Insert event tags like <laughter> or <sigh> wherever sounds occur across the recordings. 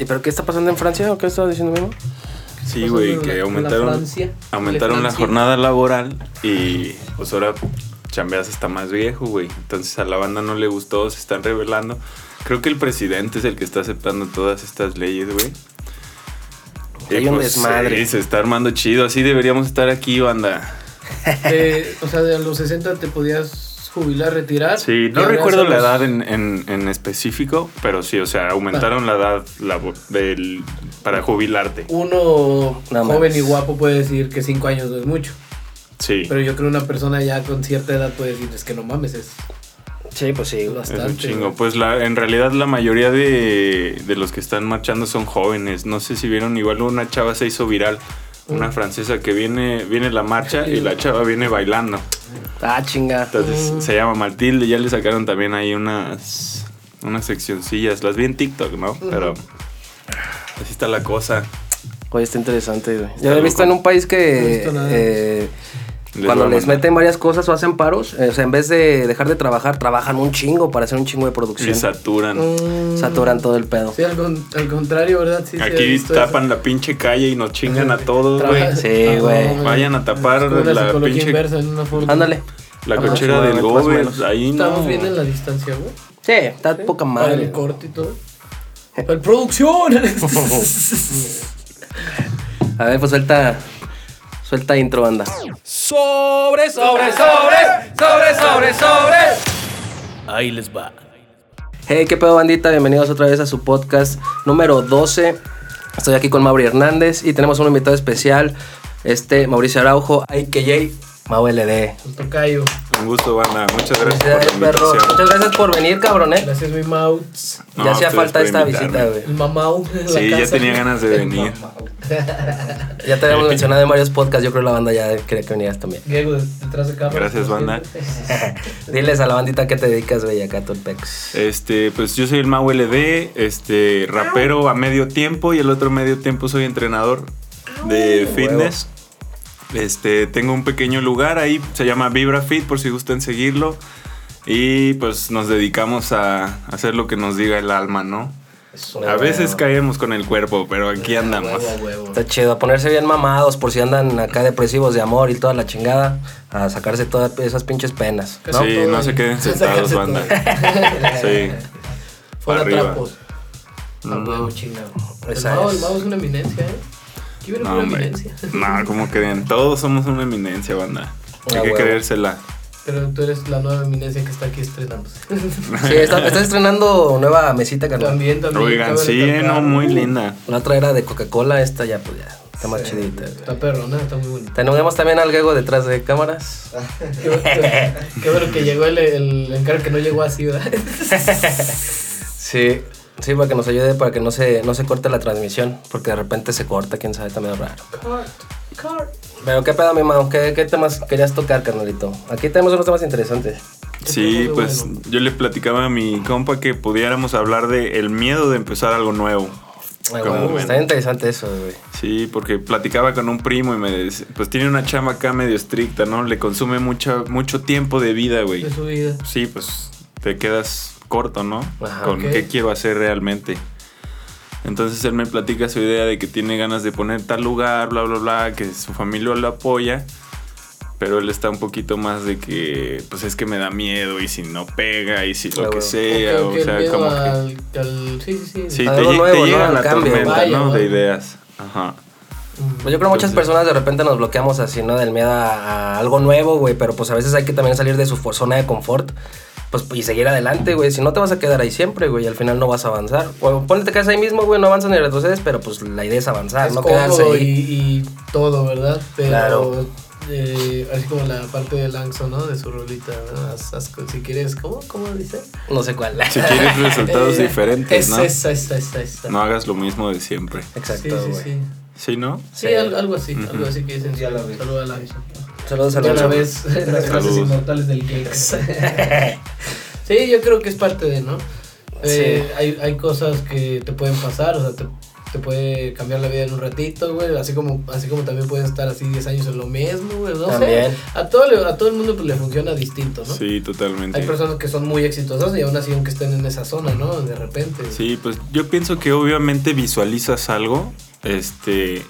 ¿Y pero qué está pasando en Francia o qué estaba diciendo mismo? Sí, güey, Pasando que la- aumentaron, la Francia. aumentaron La la Francia. jornada laboral y pues ahora chambeas hasta más viejo, güey. Entonces a la banda no le gustó, se están revelando. Creo que el presidente es el que está aceptando todas estas leyes, güey. Y, Hay un desmadre. sí, se está armando chido. Así deberíamos estar aquí, banda. Eh, o sea, de a los 60 te podías jubilar, retirar. Sí, Y no ahora recuerdo son la los- edad en, en- en específico, pero sí, o sea, aumentaron la edad labo- del- para jubilarte. Uno No joven mames. y guapo puede decir que 5 años no es mucho. Sí. Pero yo creo que una persona ya con cierta edad puede decir, es que no mames, es Sí, pues sí. güey. Es bastante. un chingo. Pues la, en realidad la mayoría de, de los que están marchando son jóvenes. No sé si vieron, igual una chava se hizo viral. Mm. Una francesa que viene, viene la marcha y la chava viene bailando. Ah, chinga. Entonces se llama Matilde. Ya le sacaron también ahí unas, unas seccioncillas. Las vi en TikTok, ¿no? Pero así está la cosa. Oye, está interesante, güey. Yo Está lo he visto en loco. un país No he que. visto nada. eh, Les cuando voy a les mandar. meten varias cosas o hacen paros, eh, o sea, en vez de dejar de trabajar, trabajan un chingo para hacer un chingo de Se producción. saturan. Mm. Saturan todo el pedo. Sí, al, con- al contrario, ¿verdad? Sí, sí, he Aquí visto tapan eso. la pinche calle y nos chingan a todos, güey. Trabaja- Sí, Ah, güey. no, Vayan a tapar Es como una la psicología pinche- inversa en una forma. Ándale. La Ajá. cochera del Más o menos. Gobert, ahí no. Estamos bien en la distancia, güey. Sí, está poca Para madre. el corte y todo. ¡El producción! <laughs> A ver, pues suelta. Suelta intro, anda. Sobre, sobre, <laughs> sobre, sobre, sobre, sobre. Ahí les va. Hey, qué pedo, bandita. Bienvenidos otra vez a su podcast número 12. Estoy aquí con Mauri Hernández y tenemos un invitado especial, este Mauricio Araujo, IKJ, Mau LD. El tocayo. Un gusto, banda. Muchas gracias Felicidades, por la perro. invitación. Muchas gracias por venir, cabrón, eh. Gracias, mi Mauts. No, ya hacía ustedes falta por esta invitarme. visita, güey. El mamau. en la Sí, ya casa. tenía ganas de venir. Ya te <laughs> habíamos mencionado en varios podcasts, yo creo la banda ya quería que vinieras también. <laughs> Diego, detrás de cámara. Gracias, banda. Diles a la bandita que te dedicas, güey, acá tú el pex. Este, pues yo soy el Mau LD, este, rapero a medio tiempo y el otro medio tiempo soy entrenador de fitness. Este, tengo un pequeño lugar ahí, se llama Vibra Fit, por si gustan seguirlo. Y pues nos dedicamos a hacer lo que nos diga el alma, ¿no? A veces caemos con el cuerpo, pero aquí andamos. Huevo, huevo. Está chido, a ponerse bien mamados por si andan acá depresivos de amor y toda la chingada, a sacarse todas esas pinches penas. ¿no? Sí, todo no ahí. se <laughs> queden Sacarse sentados, todo. banda. Sí. Fuera Arriba. trapos. A huevo, chingado. Mm. El Esa Mau, el es. Mau es una eminencia, ¿eh? Aquí viene No, una hombre. eminencia. <laughs> No, como creen. Todos somos una eminencia, banda. Ah, Hay que huevo. creérsela. Pero tú eres la nueva eminencia que está aquí estrenándose. Sí, <laughs> está- estás estrenando nueva mesita, carnal. también, también. Oigan, cabe sí, recalcar. no, muy linda. La otra era de Coca-Cola, esta ya, pues ya, está más chidita. güey. Está perrona, está muy bonita. Tenemos también al Gego detrás de cámaras. <laughs> Qué bueno- <laughs> Qué bueno que llegó el, el encargo que no llegó así, ¿verdad? <laughs> Sí, sí, para que nos ayude, para que no se, no se corte la transmisión, porque de repente se corta, quién sabe, está medio raro. Pero qué pedo, mi mao, ¿Qué, qué temas querías tocar, carnalito? Aquí tenemos unos temas interesantes. Sí, Muy pues bueno. yo le platicaba a mi compa que pudiéramos hablar de el miedo de empezar algo nuevo. Ay, ¿Cómo güey, ven? está interesante eso, güey. Sí, porque platicaba con un primo y me decía, pues tiene una chama acá medio estricta, ¿no? Le consume mucha, mucho tiempo de vida, güey. De su vida. Sí, pues te quedas corto, ¿no? Ajá, Con ok. qué quiero hacer realmente. Entonces él me platica su idea de que tiene ganas de poner tal lugar, bla, bla, bla, que su familia lo apoya. Pero él está un poquito más de que, pues es que me da miedo y si no pega y si Ah, lo que bueno. sea, Ok, ok, o sea, miedo como que... al, al- Sí, sí, sí. Sí, te, Algo lle- te nuevo, llega ¿no? la Al cambio. tormenta, Vaya, ¿no? De vaya. ideas. Ajá. Pues yo creo que muchas Entonces- personas de repente nos bloqueamos así, ¿no? Del miedo a, a algo nuevo, güey. Pero pues a veces hay que también salir de su for- zona de confort. Pues y seguir adelante, güey. Si no te vas a quedar ahí siempre, güey. y Al final no vas a avanzar. O ponte que ahí mismo, güey. No avanzas ni retrocedes, pero pues la idea es avanzar, es no quedarse cómodo y, ahí. y todo, ¿verdad? Pero Claro. eh, así como la parte de Langson, ¿no? De su rolita, ¿no? Haz- haz co- si quieres, ¿cómo? ¿Cómo dice? No sé cuál. Si <laughs> quieres resultados Eh, diferentes, es ¿no? Esa, esa, esa, esa. No hagas lo mismo de siempre. sí, <laughs> Exacto, sí, güey. sí. ¿Sí, no? Sí, Sí. al- algo así, algo así que dicen. Saludos a Langson. Saludos a Ya la los- <laughs> ves, las frases Saludos. inmortales del Gex. sí, yo creo que es parte de, ¿no? Eh, hay, hay cosas que te pueden pasar, o sea, te- te puede cambiar la vida en un ratito, güey. Así como, así como también puedes estar así 10 años en lo mismo, güey. No También. sé. A todo, le- a todo el mundo pues, le funciona distinto, ¿no? Sí, totalmente. Hay personas que son muy exitosas y aún así aunque estén en esa zona, ¿no? De repente. Sí, pues yo pienso que obviamente visualizas algo, este,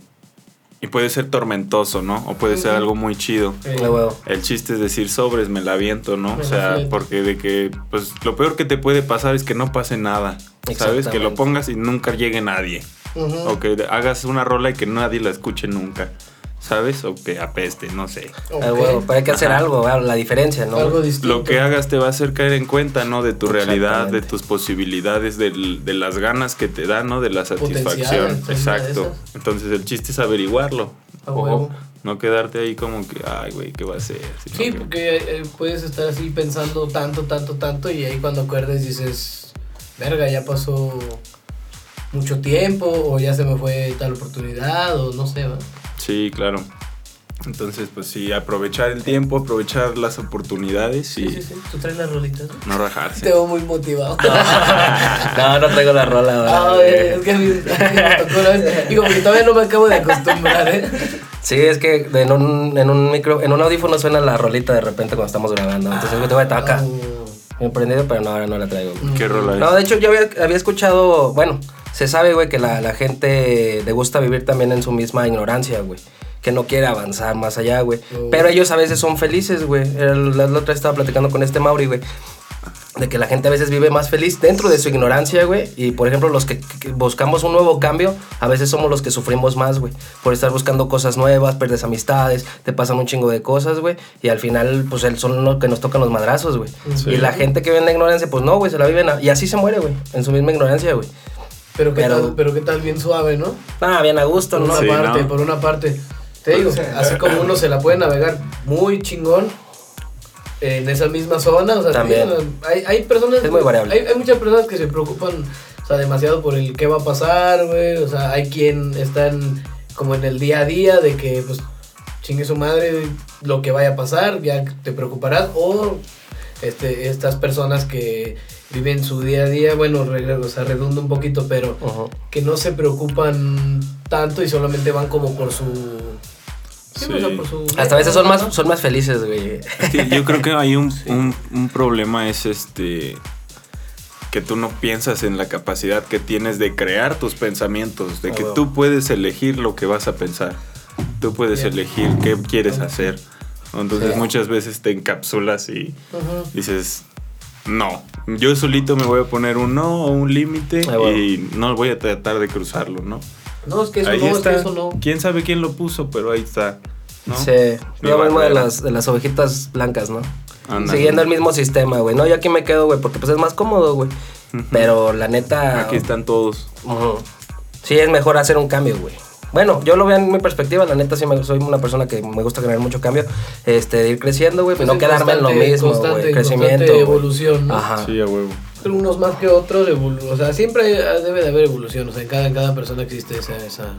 y puede ser tormentoso, ¿no? O puede ser Ujú. algo muy chido. Eh, Ah, huevo. El chiste es decir sobres, me la viento, ¿no? Me O la sea, aviento. porque de que, pues lo peor que te puede pasar es que no pase nada. ¿Sabes? Que lo Exactamente. pongas y nunca llegue nadie. ujú. O que hagas una rola y que nadie la escuche nunca. ¿Sabes? O que apeste, no sé. Ok. Ah, huevo, Pero hay que hacer algo, güey, la diferencia, ¿no? Algo distinto. Lo que hagas te va a hacer caer en cuenta, ¿no? De tu realidad, de Exactamente. tus posibilidades, del- de las ganas que te da, ¿no? De la Potencial, satisfacción. es una de Exacto. esas. Entonces el chiste es averiguarlo. A O huevo. no quedarte ahí como que, ay, güey, ¿qué va a ser? Sino que- Sí, porque eh, puedes estar así pensando tanto, tanto, tanto y ahí cuando acuerdes dices, verga, ya pasó mucho tiempo o ya se me fue tal oportunidad o no sé, ¿va? Sí, claro. Entonces, pues sí, aprovechar el tiempo, aprovechar las oportunidades y Sí, sí, sí. Tú traes las rolitas. ¿no? no Te rajarse. veo muy motivado. <laughs> <laughs> No, no traigo la <laughs> rola, güey. Ah, eh, es que a mí- a mí me tocó una vez. Digo, porque todavía no me acabo de acostumbrar, ¿eh? Sí, es que en un, en un micro, en un audífono suena la rolita de repente cuando estamos grabando. Entonces, güey, te voy a estar acá. No. Emprendido, pero no, ahora no la traigo. güey. ¿Qué rola es? No, de hecho, yo había, había escuchado, bueno, se sabe, güey, que la, la gente le gusta vivir también en su misma ignorancia, güey. Que no quiere avanzar más allá, güey. Oh. Pero ellos a veces son felices, güey. El- La, la otra vez estaba platicando con este Mauri, güey. De que la gente a veces vive más feliz dentro de su ignorancia, güey. Y por ejemplo, los que, que buscamos un nuevo cambio, a veces somos los que sufrimos más, güey. Por estar buscando cosas nuevas, perdes amistades, te pasan un chingo de cosas, güey. Y al final, pues el- son los que nos tocan los madrazos, güey. Sí. Y la gente que vive en la ignorancia, pues no, güey, se la viven. a- y así se muere, güey, en su misma ignorancia, güey. Pero qué Pero- tal, pero qué tal bien suave, ¿no? Ah, bien a gusto, Por ¿no? una Sí, parte, ¿no? por una parte. Te digo, así como uno se la puede navegar muy chingón en esa misma zona, o sea, También. sí, o sea, hay, hay personas... Es muy variable. Hay, hay muchas personas que se preocupan, o sea, demasiado por el qué va a pasar, güey, o sea, hay quien está en- como en el día a día de que, pues, chingue su madre lo que vaya a pasar, ya te preocuparás, o este, estas personas que viven su día a día, bueno, re- o sea, redundo un poquito, pero Ujú. que no se preocupan tanto y solamente van como por su. Sí, Sí. o sea, por su. Hasta a veces son más, son más felices, güey. Es que yo creo que hay un, un- un problema es este que tú no piensas en la capacidad que tienes de crear tus pensamientos, de Ah, que huevo. tú puedes elegir lo que vas a pensar, tú puedes Bien. elegir qué quieres hacer. Entonces Sí. muchas veces te encapsulas y Ujú. dices, no, yo solito me voy a poner un no o un límite Ah, huevo. y no voy a tratar de cruzarlo, ¿no? No, es que eso ahí no, está. es que eso no. ¿Quién sabe quién lo puso? Pero ahí está. ¿no? Sí, Mi yo mismo de barrera. las, de las ovejitas blancas, ¿no? Ándale. Siguiendo el mismo sistema, güey. No, yo aquí me quedo, güey, porque pues es más cómodo, güey. Pero la neta... Aquí están todos. Ujú. Sí, es mejor hacer un cambio, güey. Bueno, yo lo veo en mi perspectiva, la neta sí me, soy una persona que me gusta generar mucho cambio, este, de ir creciendo, güey, Pues no en quedarme en lo constante- mismo, constante- güey, en constante crecimiento, güey. evolución, ¿no? Ajá. Sí, a huevo. Pero unos más que otros, evolu- o sea, siempre hay- debe de haber evolución, o sea, en cada, en cada persona existe esa, esa,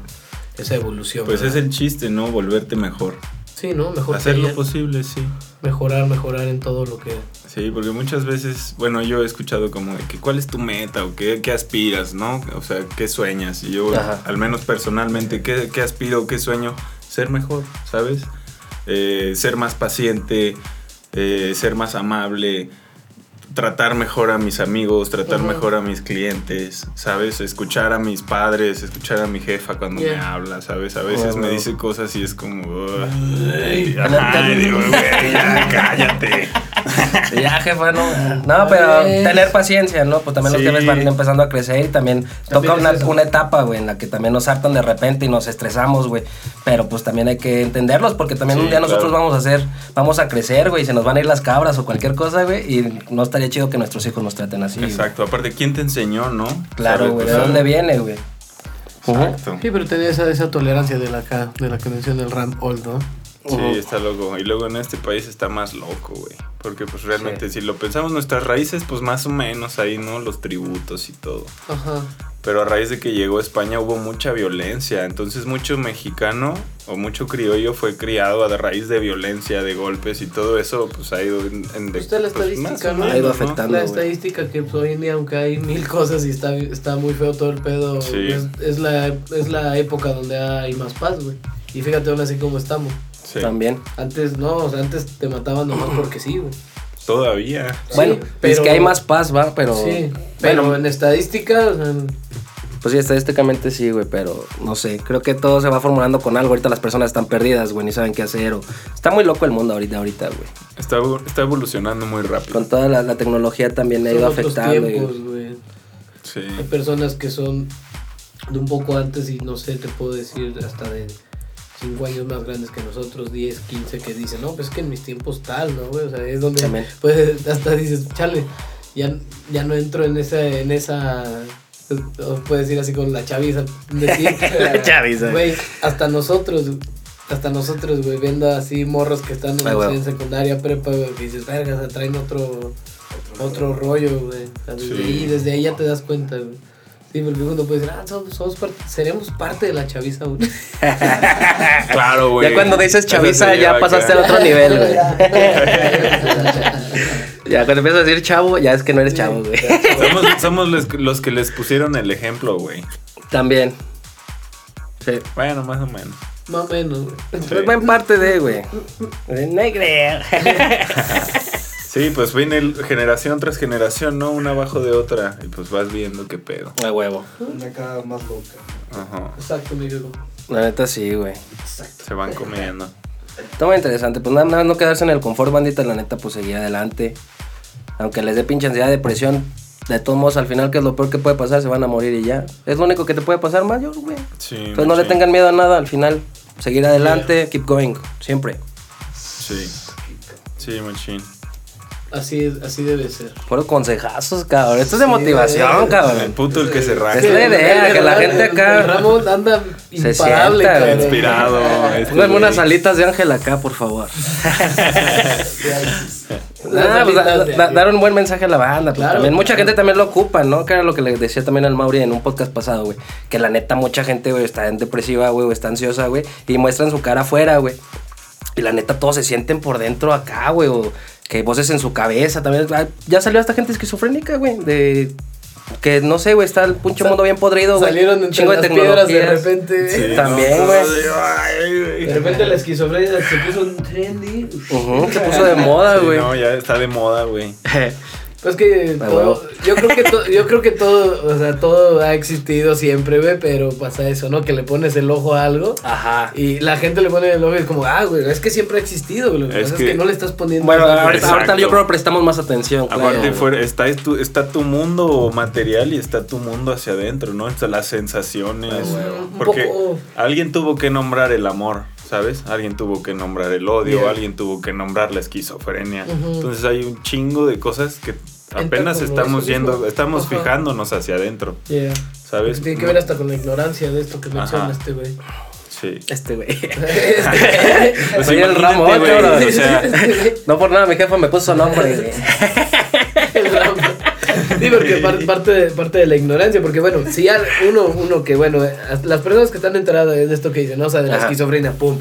esa evolución. Pues es ¿verdad? el chiste, ¿no? Volverte mejor. Sí, ¿no? Mejor que Hacer lo ayer. posible, sí. mejorar, mejorar en todo lo que. Sí, porque muchas veces, bueno, yo he escuchado como de que cuál es tu meta o qué, qué aspiras, ¿no? O sea, qué sueñas. Y yo, Ajá. al menos personalmente, ¿qué, qué aspiro, qué sueño? Ser mejor, ¿sabes? Eh, ser más paciente, eh, ser más amable, tratar mejor a mis amigos, tratar Ujú. mejor a mis clientes, ¿sabes? Escuchar a mis padres, escuchar a mi jefa cuando me Yeah. habla, ¿sabes? A veces me Wow. dice cosas y es como... "Ay, ajá", y digo, "Güey, ya cállate. Ya, jefa, <laughs> no. No, pero Pues. tener paciencia, ¿no? Pues también Sí. los jefes van empezando a crecer y también, También toca es una, eso. una etapa, güey, en la que también nos hartan de repente y nos estresamos, güey. Pero pues también hay que entenderlos porque también Sí, un día nosotros claro. vamos a hacer, vamos a crecer, güey, y se nos van a ir las cabras o cualquier cosa, güey, y no estaría chido que nuestros hijos nos traten así. güey. Exacto, pues, aparte, ¿quién te enseñó, no? Claro, ¿Sabes? güey, O ¿de sea, dónde viene, güey? Exacto. Sí, pero tener esa, esa tolerancia de la, acá- de la que menciona el Ram Old, ¿no? Sí, está loco. Y luego en este país está más loco, güey. Porque pues realmente si lo pensamos nuestras raíces, pues más o menos ahí, ¿no? Los tributos y todo. Ajá. Pero a raíz de que llegó a España hubo mucha violencia. Entonces mucho mexicano o mucho criollo fue criado a raíz de violencia, de golpes y todo eso, pues ha ido en... en de- Usted la pues, estadística, más o ¿no? Ha ido menos, afectando. La güey. estadística que pues, hoy en día, aunque hay mil cosas y está, está muy feo todo el pedo, Sí. es, es la, es la época donde hay más paz, güey. Y fíjate aún así como estamos. Sí. También. Antes no, o sea, antes te mataban nomás porque sí, güey. Todavía. Sí, bueno, es pero- que hay más paz, va, pero. Sí, pero Bueno, en estadística, o sea, en- pues sí, estadísticamente sí, güey, pero no sé. Creo que todo se va formulando con algo. Ahorita las personas están perdidas, güey, ni saben qué hacer. O... Está muy loco el mundo ahorita, ahorita, güey. Está, está evolucionando muy rápido. Con toda la, la tecnología también ha son ido otros afectando. y- tiempos, güey. Sí. Hay personas que son de un poco antes y no sé, te puedo decir hasta de 5 años más grandes que nosotros, 10, 15, que dicen, no, pues es que en mis tiempos tal, ¿no, güey? O sea, es donde También. pues hasta dices, chale, ya, ya no entro en esa, en esa, o puedes decir así con la chaviza, <laughs> decir, La chaviza. Güey, hasta nosotros, hasta nosotros, güey, viendo así morros que están en, Ay, güey. en secundaria, prepa, güey, que dices, verga, se traen otro, otro rollo, güey. O sea, desde Sí. ahí- desde ahí ya te das cuenta, güey. Sí, porque uno puede decir, ah, somos, somos parte, seremos parte de la chaviza, güey. <laughs> Claro, güey. Ya cuando dices Eso chaviza, se lleva ya pasaste acá. al otro nivel, güey. ya cuando empiezas a decir chavo, ya es que no eres chavo, güey. Somos, somos les- los que les pusieron el ejemplo, güey. También. Sí. Bueno, más o menos. Más o menos, güey. Sí. Pues va en parte de, güey. No creo. Sí, pues viene el- generación tras generación, ¿no? Una abajo de otra. Y pues vas viendo qué pedo. A huevo. Una cara más loca. Ajá. Exacto, mi viejo. La neta sí, güey. Se van comiendo. Está muy interesante. Pues nada, nada, no quedarse en el confort, bandita. La neta, pues seguir adelante. Aunque les dé pinche ansiedad, depresión. De todos modos, al final, que es lo peor que puede pasar, se van a morir y ya. Es lo único que te puede pasar mayor, güey. Sí. Entonces Pues no le machín. tengan miedo a nada. Al final, seguir adelante, keep going. Siempre. Sí. Sí, machín. Así, es- así debe ser. Fueron consejazos, cabrón. Esto es de Sí, motivación, güey. El cabrón. puto el que se raja. Es la idea, que la gente acá- El Ramón anda Se imparable, sienta, cabrón. Inspirado. este Pónganme unas güey. alitas de ángel acá, por <laughs> favor. Las Ah, pues, alitas da- de da- ángel. dar un buen mensaje a la banda. pues, Claro, también. Mucha claro. gente también lo ocupa, ¿no? Que era lo que le decía también al Mauri en un podcast pasado, güey. Que la neta, mucha gente, güey, está en depresiva, güey, o está ansiosa, güey. Y muestran su cara afuera, güey. Y la neta, todos se sienten por dentro acá, güey. O que hay voces en su cabeza. También Ah, ya salió hasta gente esquizofrénica, güey. De. Que no sé, güey, está el pinche Sa- mundo bien podrido, güey. Salieron entre las piedras de tecnologías. repente. Sí, También, no, güey. sí, ay, güey. De repente la esquizofrenia se puso un trendy. Ujú, se puso de moda, Sí, güey. no, ya está de moda, güey. Pues que Ah, todo- huevo. yo creo que to- yo creo que todo, o sea, todo ha existido siempre, güey, pero pasa eso, ¿no? Que le pones el ojo a algo <laughs> Ajá. y la gente le pone el ojo y es como, ah, güey, es que siempre ha existido, güey. Lo que Es pasa que- es que no le estás poniendo. Bueno, tanta ahorita, Exacto. ahorita yo creo que prestamos más atención. Claro. Aparte, fuera- está, tu, está tu mundo material y está tu mundo hacia adentro, ¿no? Está las sensaciones. Ah, huevo. Un Porque poco- oh. alguien tuvo que nombrar el amor, ¿sabes? Alguien tuvo que nombrar el odio, Bien. alguien tuvo que nombrar la esquizofrenia. Ujú. Entonces hay un chingo de cosas que apenas como estamos eso mismo. yendo, estamos Ajá. fijándonos hacia adentro, Yeah. ¿sabes? Tiene que ver hasta con la ignorancia de esto que Ajá. <laughs> mencionaste, güey. <laughs> Este, Sí. Este güey. <laughs> Pues Soy el imagínate, Ramón, güey, cabrón. o sea, No por nada, mi jefa me puso su nombre. güey. El ramo. Sí, porque par- parte, de, parte de la ignorancia, porque bueno, si ya uno, uno que, bueno, eh, las personas que están enteradas de esto que dicen, ¿no? o sea, de la Ajá. esquizofrenia, pum,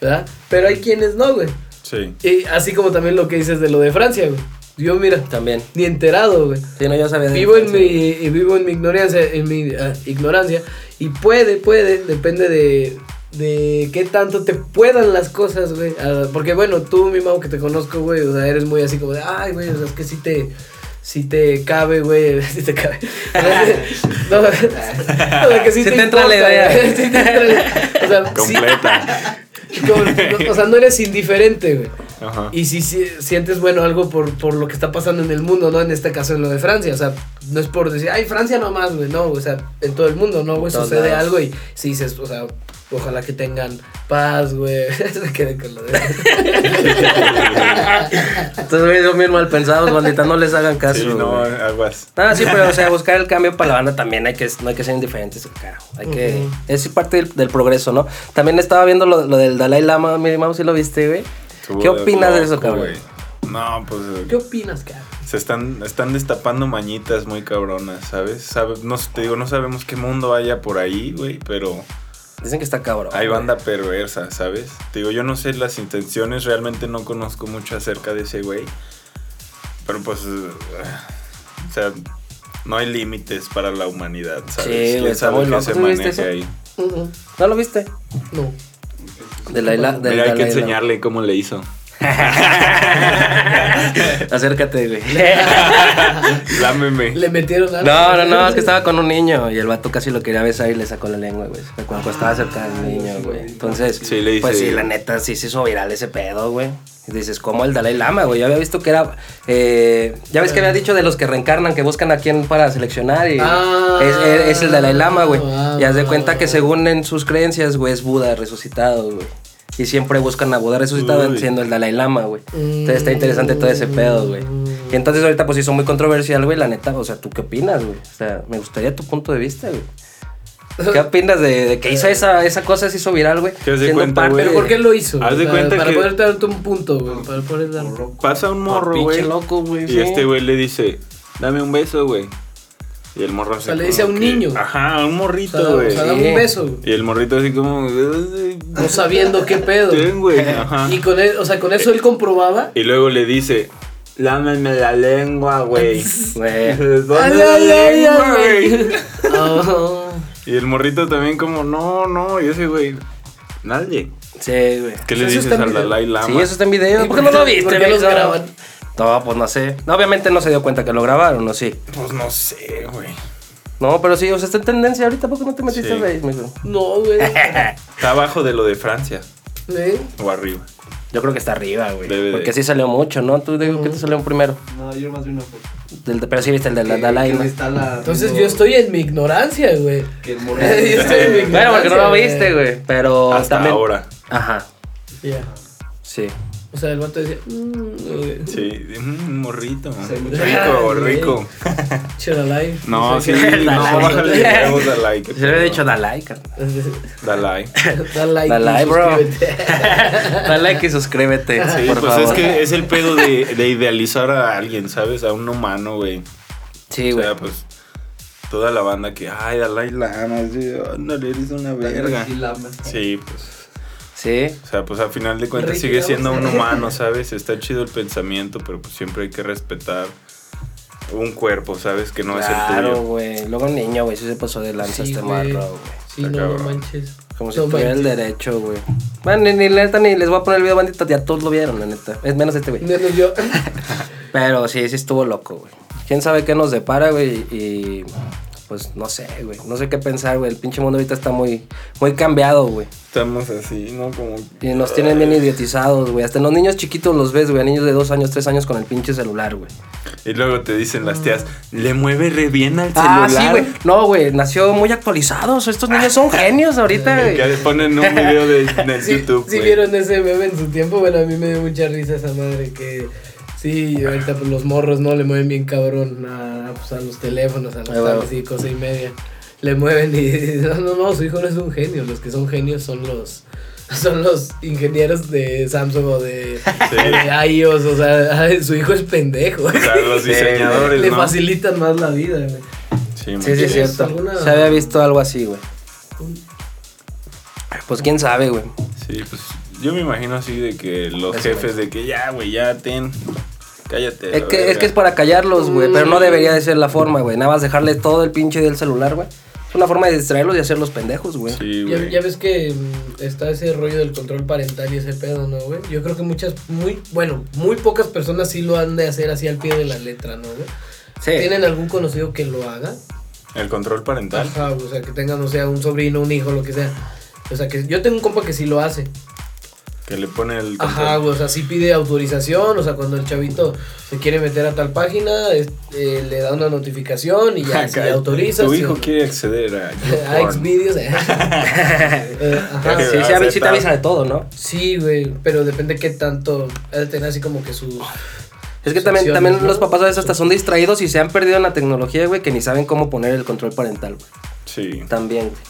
¿verdad? Pero hay quienes no, güey. <laughs> sí. Y así como también lo que dices de lo de Francia, güey. Yo, mira, También. ni enterado, güey. Sí, no, yo sabía de Vivo en mi, infancia. y vivo en mi ignorancia, en mi ah, ignorancia. Y puede, puede, depende de, de qué tanto te puedan las cosas, güey. Ah, porque bueno, tú, mi mago, que te conozco, güey, o sea, eres muy así como de, ay, güey, o sea, es que si te, si te cabe, güey, <laughs> si te cabe. no, <laughs> o sea, que sí Sí te, te entra la importa, idea. güey, <laughs> sí te entra la- o sea, sí, <laughs> Completa. como- no, o sea, no eres indiferente, güey. Ajá. Y si, si- sientes, bueno, algo por, por lo que está pasando en el mundo, ¿no? En este caso, en lo de Francia. O sea, no es por decir, ay, Francia nomás, güey. No, o sea, en todo el mundo, ¿no? Güey, En todos sucede lados. algo y si dices, o sea, Ojalá que tengan paz, güey. <laughs> Se quede con lo de. <laughs> Entonces, güey, son bien mal pensados, bandita, no les hagan <laughs> caso. Sí, no, eh. güey. aguas. Ah, sí, pero o sea, buscar el cambio para la banda también hay que, no hay que ser indiferentes, cara. Hay que. Es parte del, del progreso, ¿no? También estaba viendo lo, lo del Dalai Lama, mi mamá, si lo viste, güey. ¿Qué opinas de eso, Loco, cabrón? güey. No, pues ¿Qué opinas, cara? se están, están destapando mañitas muy cabronas, ¿sabes? Sabe- no, sé, te digo, no sabemos qué mundo haya por ahí, güey, pero Dicen que está cabrón. hay güey. banda perversa, ¿sabes? Te digo, yo no sé las intenciones, realmente no conozco mucho acerca de ese güey, pero pues, eh, o sea, no hay límites para la humanidad, ¿sabes? Sí, güey, está muy qué loco. se ¿Tú viste eso? maneja ahí? Mm, mm, ¿No lo viste? No. Dalai La- del Mira, hay que Dalai Lama. enseñarle cómo le hizo. <laughs> <laughs> Acércate, <laughs> güey. Lámeme. Le metieron algo. No, no, no, es que <laughs> estaba con un niño y el vato casi lo quería besar y le sacó la lengua, güey. Me acuerdo, estaba cerca del niño, güey. Entonces, Sí, le hice- pues sí, la neta, sí se hizo viral ese pedo, güey. Y dices, ¿cómo el Dalai Lama, güey? Yo había visto que era. eh, ya ves que había dicho de los que reencarnan, que buscan a quién para seleccionar. Y Ah. es, es- es el Dalai Lama, güey. Ah. y haz de cuenta que según en sus creencias, güey, es Buda resucitado, güey. Y siempre buscan a Buda resucitado Uy. siendo el Dalai Lama, güey. Entonces está interesante todo ese pedo, güey. Y entonces ahorita pues hizo muy controversial, güey, la neta. O sea, ¿tú qué opinas, güey? O sea, me gustaría tu punto de vista, güey. <laughs> ¿Qué opinas de, de que hizo esa, esa cosa, se hizo viral, güey? Que se cuenta, güey. ¿Pero por qué lo hizo? Haz de O sea, cuenta para que- poder darte un punto, güey. Para poder dar. Pasa un morro, Ah, Pinche güey. loco, güey, Y sí. este güey le dice, dame un beso, güey. Y el morro sea, le dice a un niño. Ajá, a un O sea, morrito, o güey. sea, dame Sí. un beso, güey. Y el morrito así como... No sabiendo qué pedo. "Ten, güey, ajá. <laughs> Y con, él, o sea, con eso él comprobaba. Y luego le dice, lámeme la lengua, <laughs> güey. Güey. ¿Dónde Ay, la ay, ay, lengua, ay, güey? Ah, Y el morrito también como, no, no. Y ese güey, nadie. Sí, güey. ¿Qué le Eso dices está al bien. Dalai Lama? Sí, eso está en video. ¿Por ¿Y por qué qué- no lo por viste? qué los Beto? graban? No, pues no sé. No, obviamente no se dio cuenta que lo grabaron, ¿no? Sí. Pues no sé, güey. No, pero sí, o sea, está en tendencia ahorita. ¿Por qué no te metiste Sí. al raíz, mijo? <laughs> no, güey. Está abajo de lo de Francia. ¿Eh? O arriba. Yo creo que está arriba, güey. Debe de. Porque sí salió mucho, ¿no? Tú digo que te salió un primero. No, yo más vi una foto. Del, pero sí viste el de la Que- Dalai, que ¿no? me está la- Entonces no, yo estoy en mi ignorancia, güey. <laughs> Que el Yo morro. estoy en mi ignorancia. Bueno, porque no lo viste, güey. Oh, Pero Hasta también- ahora. Ajá, Ya. sí. O sea, el vato decía, mmm, güey. Sí, <laughs> de- mm, morrito. Sí, mucho rico, güey. <laughs> rico. Chiralai. No, O sí, sea, <laughs> que- no, <laughs> Dalai. bájale huevos Dalai. que Se le había pedo. dicho Dalai, carnal. <laughs> <laughs> Dalai. Da like. Da y like, bro. <laughs> suscríbete. Dale like y suscríbete, Sí, por pues favor. es que es el pedo de, de idealizar a alguien, ¿sabes? A un humano, güey. Sí, O güey. sea, pues toda la banda que, ay, Dalai Lama, sí, ándale, eres una verga. Y lama. Sí, pues. Sí. O sea, pues al final de cuentas Ricky, sigue siendo un <laughs> vamos. humano, ¿sabes? Está chido el pensamiento, pero pues siempre hay que respetar un cuerpo, ¿sabes? Que no es el claro, tuyo. güey. Luego un niño, güey, sí se pasó de lanza Sí, este güey. marro, güey. Sí, Está no, no cabrón. manches. Como si No tuviera el manches. derecho, güey. Bueno, ni, ni la neta ni les voy a poner el video, bandita. Ya todos lo vieron, la neta. Es menos este, güey. Menos yo. <laughs> Pero sí, sí estuvo loco, güey. ¿Quién sabe qué nos depara, güey? Y pues no sé, güey. No sé qué pensar, güey. El pinche mundo ahorita está muy, muy cambiado, güey. Estamos así, ¿no? Como Y nos tienen bien idiotizados, güey. Hasta en los niños chiquitos los ves, güey. A niños de dos años, tres años con el pinche celular, güey. Y luego te dicen las tías, le mueve re bien al Mm. Ah, celular. sí, güey. No, güey. Nació muy actualizados. Estos niños son genios ahorita, Que güey. le ponen un video de, en el <laughs> Sí, YouTube. sí güey. vieron ese bebé en su tiempo, bueno, a mí me dio mucha risa esa madre que sí, ahorita pues, los morros no le mueven bien cabrón a, pues, a los teléfonos, a las Ah, bueno. tablets y cosa y media. Le mueven y <laughs> no, no, no, su hijo no es un genio, los que son genios son los <laughs> son los ingenieros de Samsung o de, de iOS, o sea, <laughs> ay, su hijo es <laughs> pendejo. O sea, los diseñadores, Le ¿no? facilitan más la vida. güey. Sí, Sí, sí, es sí. cierto. ¿Alguna- Se había visto algo así, güey. Pues quién sabe, güey. Sí, pues yo me imagino así de que los jefes de que ya, güey, ya ten. Cállate. Es la que, es verga". que es para callarlos, güey. Pero Mm. no debería de ser la forma, güey. Nada más dejarle todo el pinche del celular, güey. Es una forma de distraerlos y hacerlos pendejos, güey. Sí, Ya, güey. ya ves que mm, está ese rollo del control parental y ese pedo, ¿no, güey? Yo creo que muchas, muy, bueno, muy pocas personas sí lo han de hacer así al pie de la letra, ¿no, güey? Sí. ¿Tienen algún conocido que lo haga? El control parental. Ajá, o sea, que tengan, o sea, un sobrino, un hijo, lo que sea. O sea, que yo tengo un compa que sí lo hace. que le pone el Ajá, control. güey, o sea, sí pide autorización, o sea, cuando el chavito se quiere meter a tal página, es- eh, le da una notificación <laughs> y ya se Acá, autoriza. Tu sí, hijo güey. quiere acceder a YouPorn. <laughs> A Xvideos. eh. <laughs> Eh, <laughs> ajá. Creo que- Sí, sí, a mí sí te acepta. avisa de todo, ¿no? Sí, güey, pero depende qué tanto. Ha de tener así como que su. Ah, Es que sus también, acciones, también ¿no? los papás a veces hasta son distraídos y se han perdido en la tecnología, güey, que ni saben cómo poner el control parental, güey. Sí. También, güey.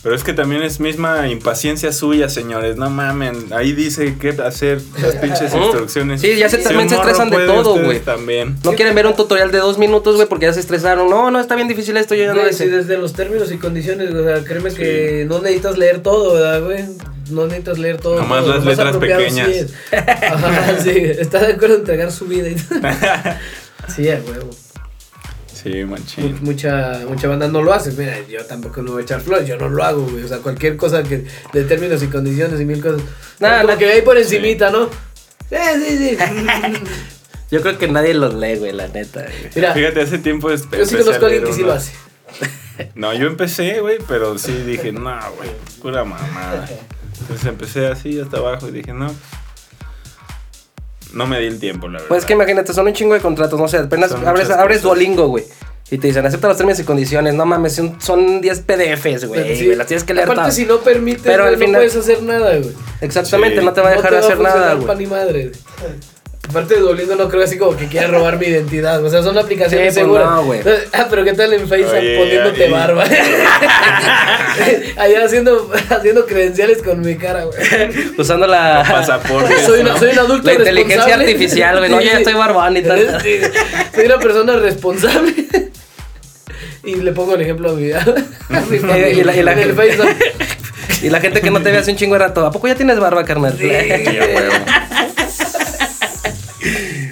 Pero es que también es misma impaciencia suya, señores. No mamen. Ahí dice qué hacer las pinches Ujú. instrucciones. Sí, ya se- Si también un se morro estresan de puede, todo, ustedes güey. También. No quieren ver un tutorial de dos minutos, güey, porque ya se estresaron. No, no, está bien difícil esto, yo ya no Güey, lo sí, sé. desde los términos y condiciones, o sea, créeme que no necesitas leer todo, ¿verdad, güey? No necesitas leer todo. Nomás todo, las lo más letras apropiado pequeñas. sí es. Ajá, sí, está de acuerdo en entregar su vida. y- <laughs> sí, a huevo. Sí, Mu- machín. Mucha, mucha banda no lo hace. Mira, yo tampoco no voy a echar flores, yo no lo hago, güey. O sea, cualquier cosa que de términos y condiciones y mil cosas. Nada, Nada, nada. que ve ahí por encimita, ¿no? Sí, <laughs> sí, sí. Yo creo que nadie los lee, güey, la neta, güey. Mira, Fíjate, hace tiempo. es- yo sí empecé a conozco a alguien leer que sí uno. lo hace. No, yo empecé, güey, pero sí dije, no, güey, pura mamada. Entonces empecé así hasta abajo y dije, no. No me di el tiempo, la verdad. Pues es que imagínate, son un chingo de contratos, no sé, apenas Son abres, muchas abres cosas. Duolingo, güey. Y te dicen, acepta los términos y condiciones. No mames, son, son 10 PDFs, güey. Sí. güey, Las tienes que leer Aparte, todas. si no permite, Pero güey, al no final- puedes hacer nada, güey. Exactamente, Sí. no te va a dejar no te hacer va a nada, funcionar pa' güey. ni madre. Aparte de Duolingo no creo así como que quiera robar mi identidad. O sea, son aplicaciones Sí, pues seguras. no, güey. ah, pero ¿qué tal en Facebook Oye, poniéndote ahí. barba? <laughs> Allá haciendo, haciendo credenciales con mi <laughs> cara, güey. Usando la. Pasaporte. <laughs> Soy, una- soy un adulto La inteligencia responsable. artificial, güey. No, Sí, yo ya sí. estoy barbón y tal. Sí, Soy una persona responsable. Y le pongo el ejemplo a mi, <laughs> a mi <laughs> familia. y la- y la- En el Facebook. Y la gente que no te ve hace un chingo de rato. ¿A poco ya tienes barba, carnal? Sí. Sí, a huevo. <laughs>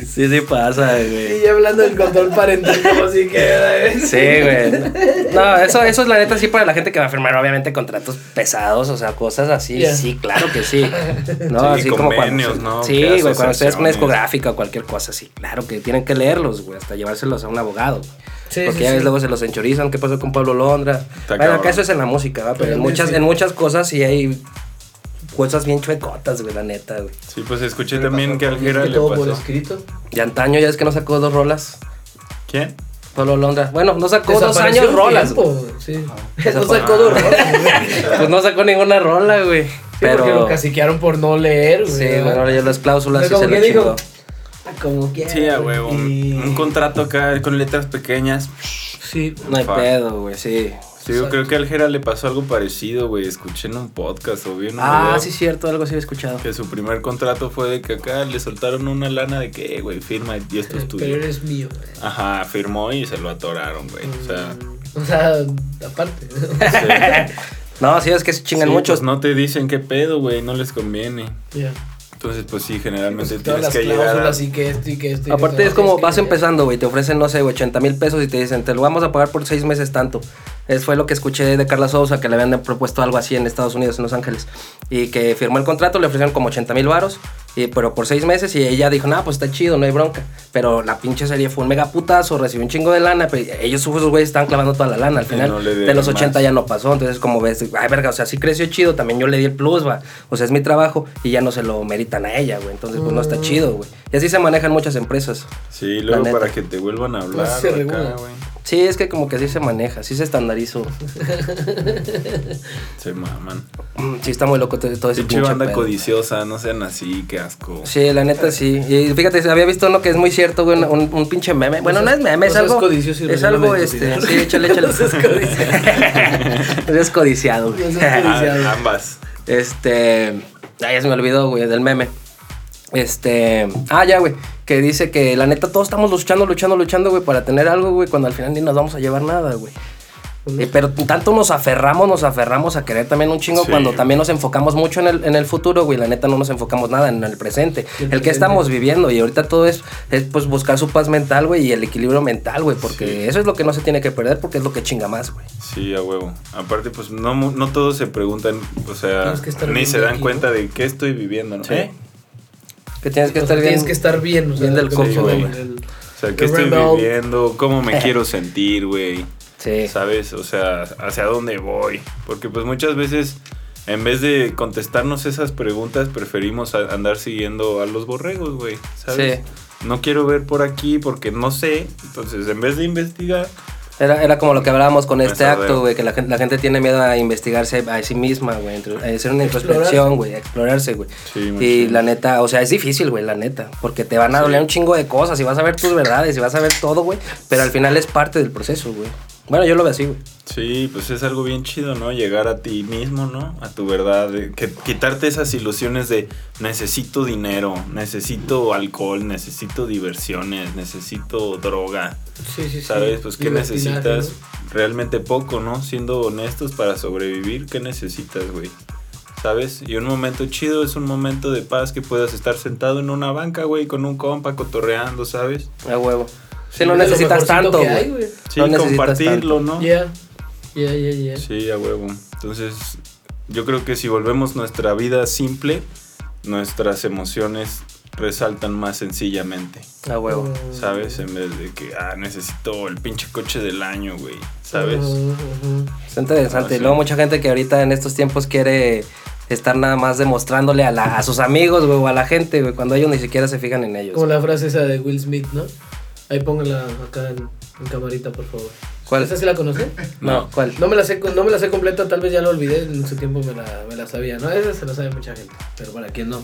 Sí, sí pasa, Y güey. ya hablando del control parental, como si queda, ¿eh? Sí, güey. No, eso, eso es la neta sí para la gente que va a firmar, obviamente, contratos pesados, o sea, cosas así. Ya. Sí, claro que sí. No, Sí, así como cuando. convenios, ¿no? Sí, Que güey, cuando ustedes asociaciones. con una discográfica o cualquier cosa así. Claro que tienen que leerlos, güey, hasta llevárselos a un abogado. güey. Sí, Porque sí, ya sí. ves, luego se los enchorizan. ¿Qué pasó con Pablo Londra? Está Bueno, acá cabrón. eso es en la música, ¿va? Pero en Realmente muchas, sí. en muchas cosas sí hay cosas bien chuecotas, güey, la neta, güey. Sí, pues escuché también que Y es Algera que le todo por pasó. escrito. De antaño ya es que no sacó dos rolas. ¿Quién? Pablo Londra. Bueno, no sacó dos Desapareció años un rolas. güey. tiempo, Sí. No Desapare- sacó dos rolas. güey. Pues no sacó ninguna rola, güey. Pero... Porque lo Pero. caciquearon por no leer, güey. Sí, bueno, ahora ya las Pero cláusulas y como se lo que dijo, chingó. "Ah, Como quiera. Sí, a huevo. Y- Un, un contrato acá con letras pequeñas. Sí. No hay Fuck. pedo, güey, sí. Sí, yo creo que a Algera le pasó algo parecido, güey. Escuché en un podcast o vi en un Ah, video sí, cierto, algo sí he escuchado. que su primer contrato fue de que acá le soltaron una lana de que, "Eh, güey, firma y esto es Eh, Pero tuyo. eres mío, güey. Ajá, firmó y se lo atoraron, güey. O <laughs> sea, O sea, aparte. se- No, sí, es que se chingan sí, muchos. pues no te dicen qué pedo, güey, no les conviene. Ya. Entonces, pues sí, generalmente Todas tienes las que llegar a... cláusulas y que esto y que esto. y que Aparte esto. es como que vas leer. empezando, güey, te ofrecen, no sé, 80 mil pesos y te dicen, te lo vamos a pagar por seis meses tanto. Es fue lo que escuché de Carla Sousa, que le habían propuesto algo así en Estados Unidos, en Los Ángeles. Y que firmó el contrato, le ofrecieron como 80 mil varos, y, pero por seis meses, y ella dijo, nah, pues está chido, no hay bronca. Pero la pinche serie fue un mega putazo, recibió un chingo de lana, pero ellos, esos güeyes, estaban clavando toda la lana al Y final. no le de dieron los 80 más. ya no pasó, entonces como ves, ay, verga, o sea, sí creció chido, también yo le di el plus, va. O sea, es mi trabajo, y ya no se lo meritan a ella, güey. Entonces, pues no Mm. está chido, güey. Y así se manejan muchas empresas. Sí, La luego neta. para que te vuelvan a hablar. se o acá, regula. güey. Sí, es que como que así se maneja, así se estandarizó. Se maman. Mm, Sí, está muy loco todo todo ese Pinche pinche banda pedo. codiciosa, no sean así, qué asco. Sí, la neta sí. Y fíjate, había visto uno que es muy cierto, güey, un, un- un pinche meme. Bueno, no es meme, no es seas algo. codicioso y Es algo, regálame tu este. dinero. Sí, échale, échale. <laughs> No seas codicioso. <laughs> No seas codiciado, güey. No seas Ah, codiciado. ambas. Este. Ay, ya se me olvidó, güey, del meme. Este. Ah, ya, güey. Que dice que la neta todos estamos luchando, luchando, luchando, güey, para tener algo, güey, cuando al final ni nos vamos a llevar nada, güey. Eh, pero tanto nos aferramos, nos aferramos a querer también un chingo Sí. cuando también nos enfocamos mucho en el, en el futuro, güey. La neta no nos enfocamos nada en el presente, el, que presente. estamos viviendo. Y ahorita todo es, es pues buscar su paz mental, güey, y el equilibrio mental, güey. Porque Sí. eso es lo que no se tiene que perder porque es lo que chinga más, güey. Sí, a huevo. Aparte, pues no, mu- no todos se preguntan, o sea, Tienes que estar ni bien se dan aquí, cuenta de qué estoy viviendo, ¿no? Sí. ¿Eh? Que tienes que O estar sea, bien. Tienes que estar bien. o sea, bien del como coco, el- güey. el- O sea, qué The estoy Rebel. viviendo, <laughs> cómo me quiero sentir, güey. Sí. ¿Sabes? O sea, hacia dónde voy. Porque pues muchas veces En vez de contestarnos esas preguntas, preferimos a- andar siguiendo a los borregos, güey. ¿Sabes? Sí. No quiero ver por aquí porque no sé. Entonces, en vez de investigar, Era, era como lo que hablábamos con este Eso acto, veo. güey, que la gente, la gente tiene miedo a investigarse a sí misma, güey, entre- a hacer una introspección, güey, a explorarse, güey. Sí, y machín. la neta, o sea, es difícil, güey, la neta, porque te van a doler un chingo de cosas y vas a ver tus verdades y vas a ver todo, güey, pero al final es parte del proceso, güey. Bueno, yo lo veo así, güey. sí, pues es algo bien chido, ¿no? Llegar a ti mismo, ¿no? A tu verdad. eh, Que, quitarte esas ilusiones de necesito dinero, necesito alcohol, necesito diversiones, necesito droga. Sí, sí, sí. ¿Sabes? Pues que Libertinaje, necesitas ¿no? realmente poco, ¿no? Siendo honestos para sobrevivir, ¿qué necesitas, güey? ¿Sabes? Y un momento chido es un momento de paz que puedas estar sentado en una banca, güey, con un compa cotorreando, ¿sabes? A huevo. Si no Es lo necesitas mejorcito tanto, que hay, güey. güey. Sí, No necesitas compartirlo, ¿no? Ya, ya, ya, ya. Sí, a huevo. Entonces, yo creo que si volvemos nuestra vida simple, nuestras emociones resaltan más sencillamente, A huevo. ¿sabes? En vez de que, ah, necesito el pinche coche del año, güey, ¿sabes? Ujú, ujú. Está interesante. Ah, y sí. luego mucha gente que ahorita en estos tiempos quiere estar nada más demostrándole a, la- a sus amigos, güey, o a la gente, güey, cuando ellos ni siquiera se fijan en ellos. Como la frase esa de Will Smith, ¿no? Ahí póngala acá en, en camarita, por favor. ¿Cuál? ¿Esa sí la conocen? No, ¿cuál? No me la sé, no me la sé completa, tal vez ya la olvidé, en su tiempo me la, me la sabía, ¿no? Esa se la sabe mucha gente, pero para quien no.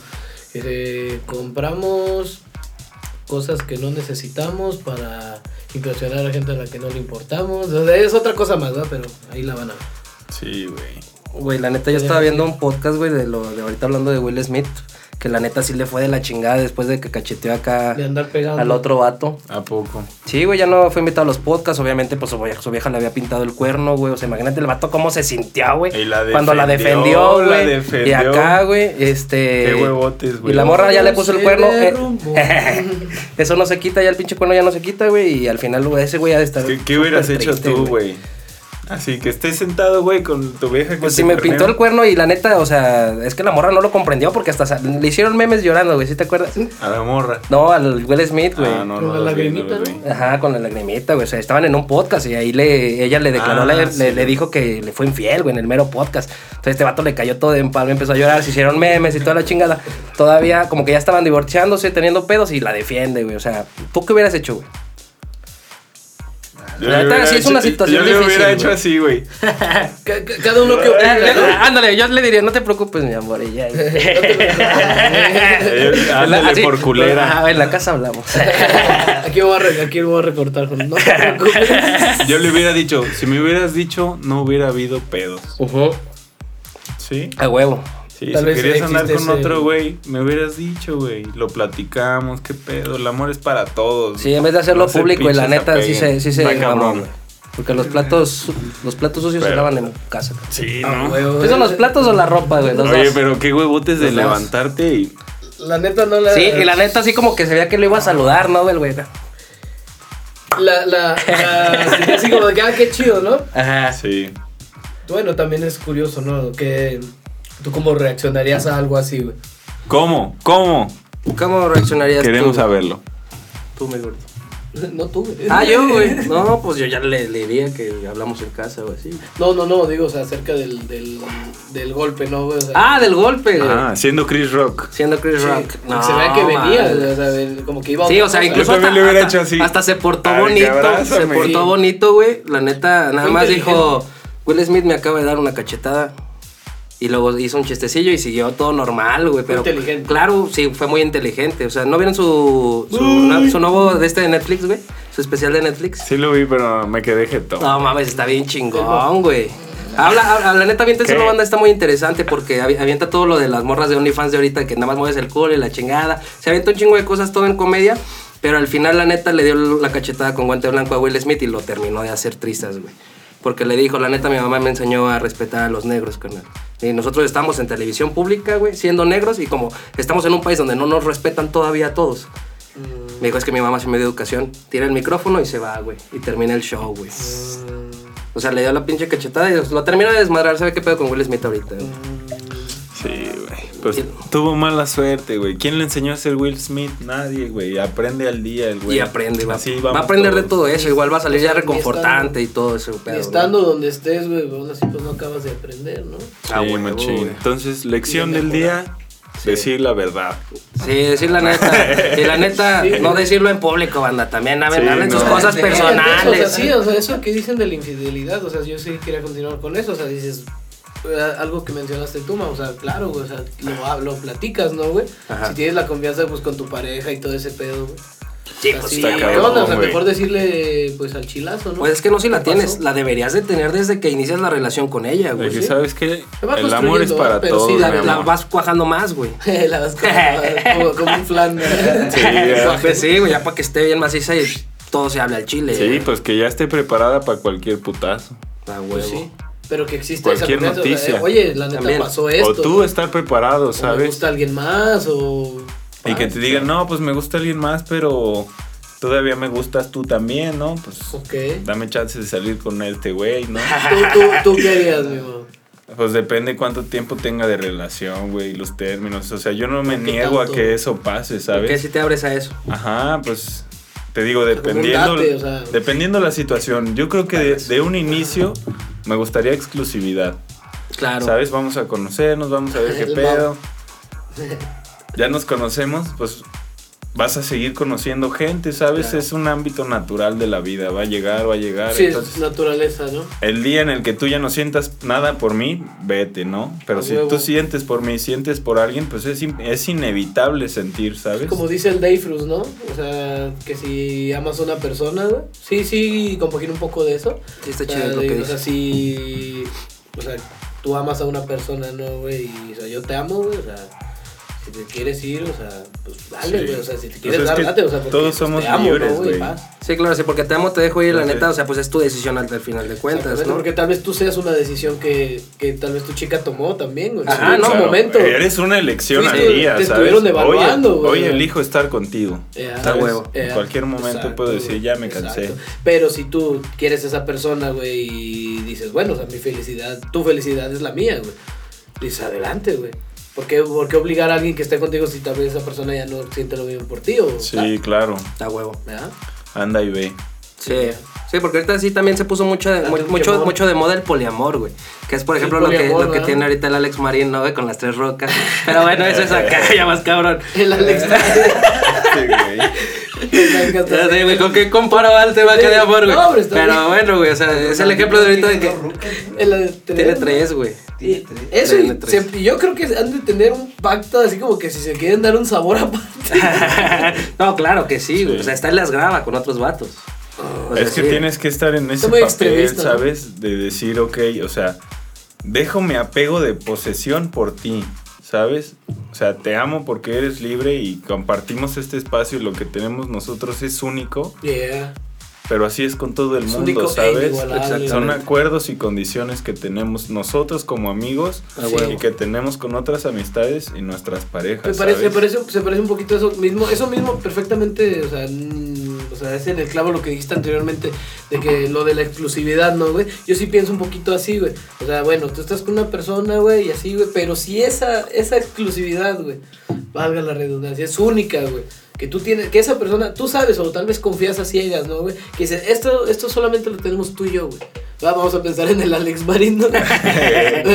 Dice, compramos cosas que no necesitamos para impresionar a la gente a la que no le importamos. O sea, es otra cosa más, ¿verdad? Pero ahí la van a ver. Sí, güey. Güey, la neta, yo estaba viendo un podcast, güey, de lo de ahorita hablando de Will Smith, que la neta sí le fue de la chingada después de que cacheteó acá De andar pegando. al otro vato. ¿A poco? Sí, güey, ya no fue invitado a los podcasts, obviamente, pues su vieja, su vieja le había pintado el cuerno, güey. O sea, imagínate el vato cómo se sintió, güey. Y la cuando la defendió, defendió, la güey. Y defendió. acá, güey, este. Qué huevotes, güey. Y la morra ya le puso el Se cuerno. eh, derrumbó. <laughs> eso no se quita, ya el pinche cuerno ya no se quita, güey. Y al final, güey, ese güey ha de estar. ¿Qué, qué hubieras súper hecho triste, tú, güey? Así que estés sentado, güey, con tu vieja que Pues te si me cuernea. pintó el cuerno y la neta, o sea, es que la morra no lo comprendió porque hasta sa- le hicieron memes llorando, güey, ¿sí te acuerdas? A la morra. No, al Will Smith, güey. Ah, no, Con no, la los vi, no lagrimita, los ¿no? vi. Ajá, con la lagrimita, güey. O sea, estaban en un podcast y ahí le, ella le declaró, Ah, le, sí. le, le dijo que le fue infiel, güey, en el mero podcast. Entonces este vato le cayó todo en palo, empezó a llorar, se hicieron memes y toda la chingada. Todavía, como que ya estaban divorciándose, teniendo pedos y la defiende, güey. O sea, ¿tú qué hubieras hecho, güey? Yo La le neta, hubiera sí es una hecho- situación Yo le hubiera difícil, hecho güey. así, güey. <laughs> Ca- ca- Cada uno que opina. ¿no? Ándale, yo le diría, no te preocupes, mi amor. y ya. <laughs> Eh, En la- Ándale así, por culera. ajá, en la casa <laughs> hablamos. Aquí voy a, re- aquí voy a recortar, Juan, no te preocupes. Yo le hubiera dicho, si me hubieras dicho, no hubiera habido pedos. ¿Sí? A huevo. Sí, Tal si vez querías andar existe con ese- otro güey, me hubieras dicho, güey. Lo platicamos, qué pedo. El amor es para todos. Sí, en vez de hacerlo No se público y la pinches neta sí apeguen. se, sí se Está mamó, cabrón. güey. Porque los platos, los platos sucios se Pero- lavan en casa. Sí, ¿no? ¿Qué son eh, los platos o la ropa, güey? Los Oye, dos. pero qué huevotes de Los dos. levantarte y... La neta no la. Sí, y la neta así como que se veía que lo iba a saludar, ¿no, del güey? La, la, la- sí, así como de que, ah, qué chido, ¿no? Ajá. Sí. Bueno, también es curioso, ¿no? Que tú cómo reaccionarías a algo así, güey. <laughs> ¿Cómo? ¿Cómo? ¿Cómo reaccionarías Queremos tú? saberlo. Tú, mi gordo. No tú, güey. Ah, yo, güey. <laughs> No, pues yo ya le, le diría que hablamos en casa o así. No, no, no, digo, o sea, acerca del, del, del golpe, ¿no, güey? O sea, Ah, del golpe, güey. Ah, siendo Chris Rock. Siendo Chris sí, Rock. que No, se vea que venía, man. o sea, el- como que iba a Sí, otra o sea, cosa. incluso Yo también hasta, le hubiera hasta- hecho así. hasta se portó Ay, bonito, abrázame. se portó Sí. bonito, güey. La neta, nada Fue más dijo, Will Smith me acaba de dar una cachetada. Y luego hizo un chistecillo y siguió todo normal, güey. Pero inteligente. claro, sí, fue muy inteligente. O sea, ¿no vieron su, su, na- su nuevo de este de Netflix, güey? Su especial de Netflix. Sí lo vi, pero me quedé jetón. No mames, está bien chingón, güey. Habla, habla, la neta, aviéntense ¿Qué? una banda, está muy interesante porque avi- avienta todo lo de las morras de OnlyFans de ahorita, que nada más mueves el culo y la chingada. Se avienta un chingo de cosas, todo en comedia, pero al final, la neta, le dio la cachetada con guante blanco a Will Smith y lo terminó de hacer tristes, güey. Porque le dijo, la neta, mi mamá me enseñó a respetar a los negros, carnal. Y nosotros estamos en televisión pública, güey, siendo negros y como estamos en un país donde no nos respetan todavía a todos. Me dijo, es que mi mamá se me dio educación. Tira el micrófono y se va, güey. Y termina el show, güey. O sea, le dio la pinche cachetada y lo termina de desmadrar. ¿Sabe qué pedo con Will Smith ahorita? güey? Sí, güey. Pues tuvo mala suerte, güey. ¿Quién le enseñó a ser Will Smith? Nadie, güey. Aprende al día el güey. y aprende, va, Así va vamos a aprender de todos. todo eso. Igual va a salir ya reconfortante Y y todo eso. Y estando donde estés, güey, pues, así pues no acabas de aprender, ¿no? Sí, Ah, huevo, machín. güey. Entonces, lección Y del mejorar. día, decir la verdad. Sí, decir la neta. Y la neta, Sí. no decirlo en público, banda. También hablen, Sí, hablen sus no. cosas Eh, entonces, O sea, personales. sí, o sea, eso que dicen de la infidelidad, o sea, yo sí quería continuar con eso, o sea, dices eh, algo que mencionaste tú, ma, o sea, claro, güey, o sea, lo, hab- lo platicas, ¿no, güey? Ajá. Si tienes la confianza, pues, con tu pareja y todo ese pedo, güey. Sí, pues, Así, sí. está ¿qué cabrón, onda? O sea, güey. mejor decirle, pues, al chilazo, ¿no? Pues es que no si la ¿Qué tienes, pasó? la deberías de tener desde que inicias la relación con ella, De güey. que, Pues Sí. ¿sabes qué? Se va El amor es construyendo, para pero todos, sí, Sí, la, mi la amor. vas cuajando más, güey. <laughs> la vas como, como, como un flan, ¿no? Sí, ya. Pues <laughs> sí, güey, ya para que esté bien maciza y todo se hable al chile. Sí, pues que ya esté preparada para cualquier putazo. A huevo. Pues sí, pero que existe Cualquier esa confianza, o noticia. sea, eh, Oye, la neta También. pasó esto. o tú güey, estar preparado, o me ¿sabes? gusta alguien más, o... Y que Ah, te digan, no, pues me gusta alguien más, pero todavía me gustas tú también, ¿no? Pues Ok. dame chance de salir con este güey, <laughs> ¿no? ¿Tú, tú, tú qué harías, mi mamá? Pues depende cuánto tiempo tenga de relación, güey, los términos. O sea, yo no me ¿Qué niego tanto? a que eso pase, ¿Por qué ¿sabes? si te abres a eso? Ajá, pues te digo, sea, como un dependiendo, date, o sea. dependiendo la situación. Yo creo que de, de un inicio me gustaría exclusividad. Claro. ¿Sabes? Vamos a conocernos, vamos a ver qué <laughs> El pedo. <laughs> Ya nos conocemos, pues vas a seguir conociendo gente, ¿sabes? Claro. Es un ámbito natural de la vida, va a llegar, va a llegar. Sí, entonces, es naturaleza, ¿no? el día en el que tú ya no sientas nada por mí, vete, ¿no? Pero A si huevo. tú sientes por mí, sientes por alguien, pues es, in- es inevitable sentir, ¿sabes? Como dice el Dayfruz, ¿no? O sea, que si amas a una persona, güey. Sí, sí, compagina un poco de eso. Sí, está O sea, chido lo de- que O sea, dices. si. O sea, tú amas a una persona, ¿no, güey? Y, O sea, yo te amo, güey. O sea, si te quieres ir, o sea, pues dale, Sí. güey. O sea, si te Pues quieres es dar, que date. O sea, porque, todos pues, somos te amo, libres, ¿no, güey. Vas. Sí, claro, sí, porque te amo, te dejo ir, la Sí, neta, sí. o sea, pues es tu decisión al, al final de cuentas, Exactamente, ¿no? Porque tal vez tú seas una decisión que, que tal vez tu chica tomó también, güey. Ajá, en no, su Claro, Ah, momento. Eres una elección al Fuiste- día, te ¿sabes? estuvieron evaluando, Oye, güey. Eh, oye, elijo estar contigo. Ya, Está ¿sabes? huevo. En Ya, cualquier momento puedo decir, ya me cansé. exacto. Pero si tú quieres a esa persona, güey, y dices, bueno, o sea, mi felicidad, tu felicidad es la mía, güey. Dices, adelante, güey. ¿Por qué, por qué obligar a alguien que esté contigo si tal vez esa persona ya no siente lo mismo por ti? O, Sí, claro. Está huevo. ¿verdad? Anda y ve. Sí. Sí, porque ahorita sí también se puso mucho de, Ah, mu- el mucho, poliamor. mucho de moda el poliamor, güey. Que es, por El ejemplo, lo que, poliamor, lo que ¿verdad? tiene ahorita el Alex Marín, ¿no, güey? Con las tres rocas. Pero bueno, eso es acá, <laughs> ya más cabrón. El <laughs> Alex Sí, <laughs> güey. Ya sé, güey, ¿con qué comparo al tema que de amor, güey? No, hombre, está Pero bien. bueno, güey, o sea, es el ejemplo de ahorita de que El tiene tres, güey. <laughs> Y- Tiene tres. Eso, Tiene y tres. se- y yo creo que han de tener un pacto así como que si se quieren dar un sabor aparte. no, claro que sí, güey. Sí. O sea, está en las grava con otros vatos. Ah. O sea, es que sí. tienes que estar en ese muy papel, extremista, ¿no? ¿sabes? De decir, ok, o sea, dejo mi apego de posesión por ti, ¿sabes? O sea, te amo porque eres libre y compartimos este espacio y lo que tenemos nosotros es único, Yeah. pero así es con todo el Es mundo, único e ¿sabes? inigualable. Exacto. Son acuerdos y condiciones que tenemos nosotros como amigos Ah, huevo. y que tenemos con otras amistades y nuestras parejas. Me parece, se ¿sabes? parece, se parece un poquito a eso mismo, eso mismo perfectamente, o sea, mm, o sea, es en el clavo lo que dijiste anteriormente, de que lo de la exclusividad, ¿no, güey? Yo sí pienso un poquito así, güey. O sea, bueno, tú estás con una persona, güey, y así, güey, pero si esa, esa exclusividad, güey, valga la redundancia, es única, güey. Que tú tienes, que esa persona, tú sabes, o tal vez confías a ciegas, ¿no, güey? Que dices, esto, esto solamente lo tenemos tú y yo, güey. Va, Vamos a pensar en el Alex Marín, ¿no? <laughs>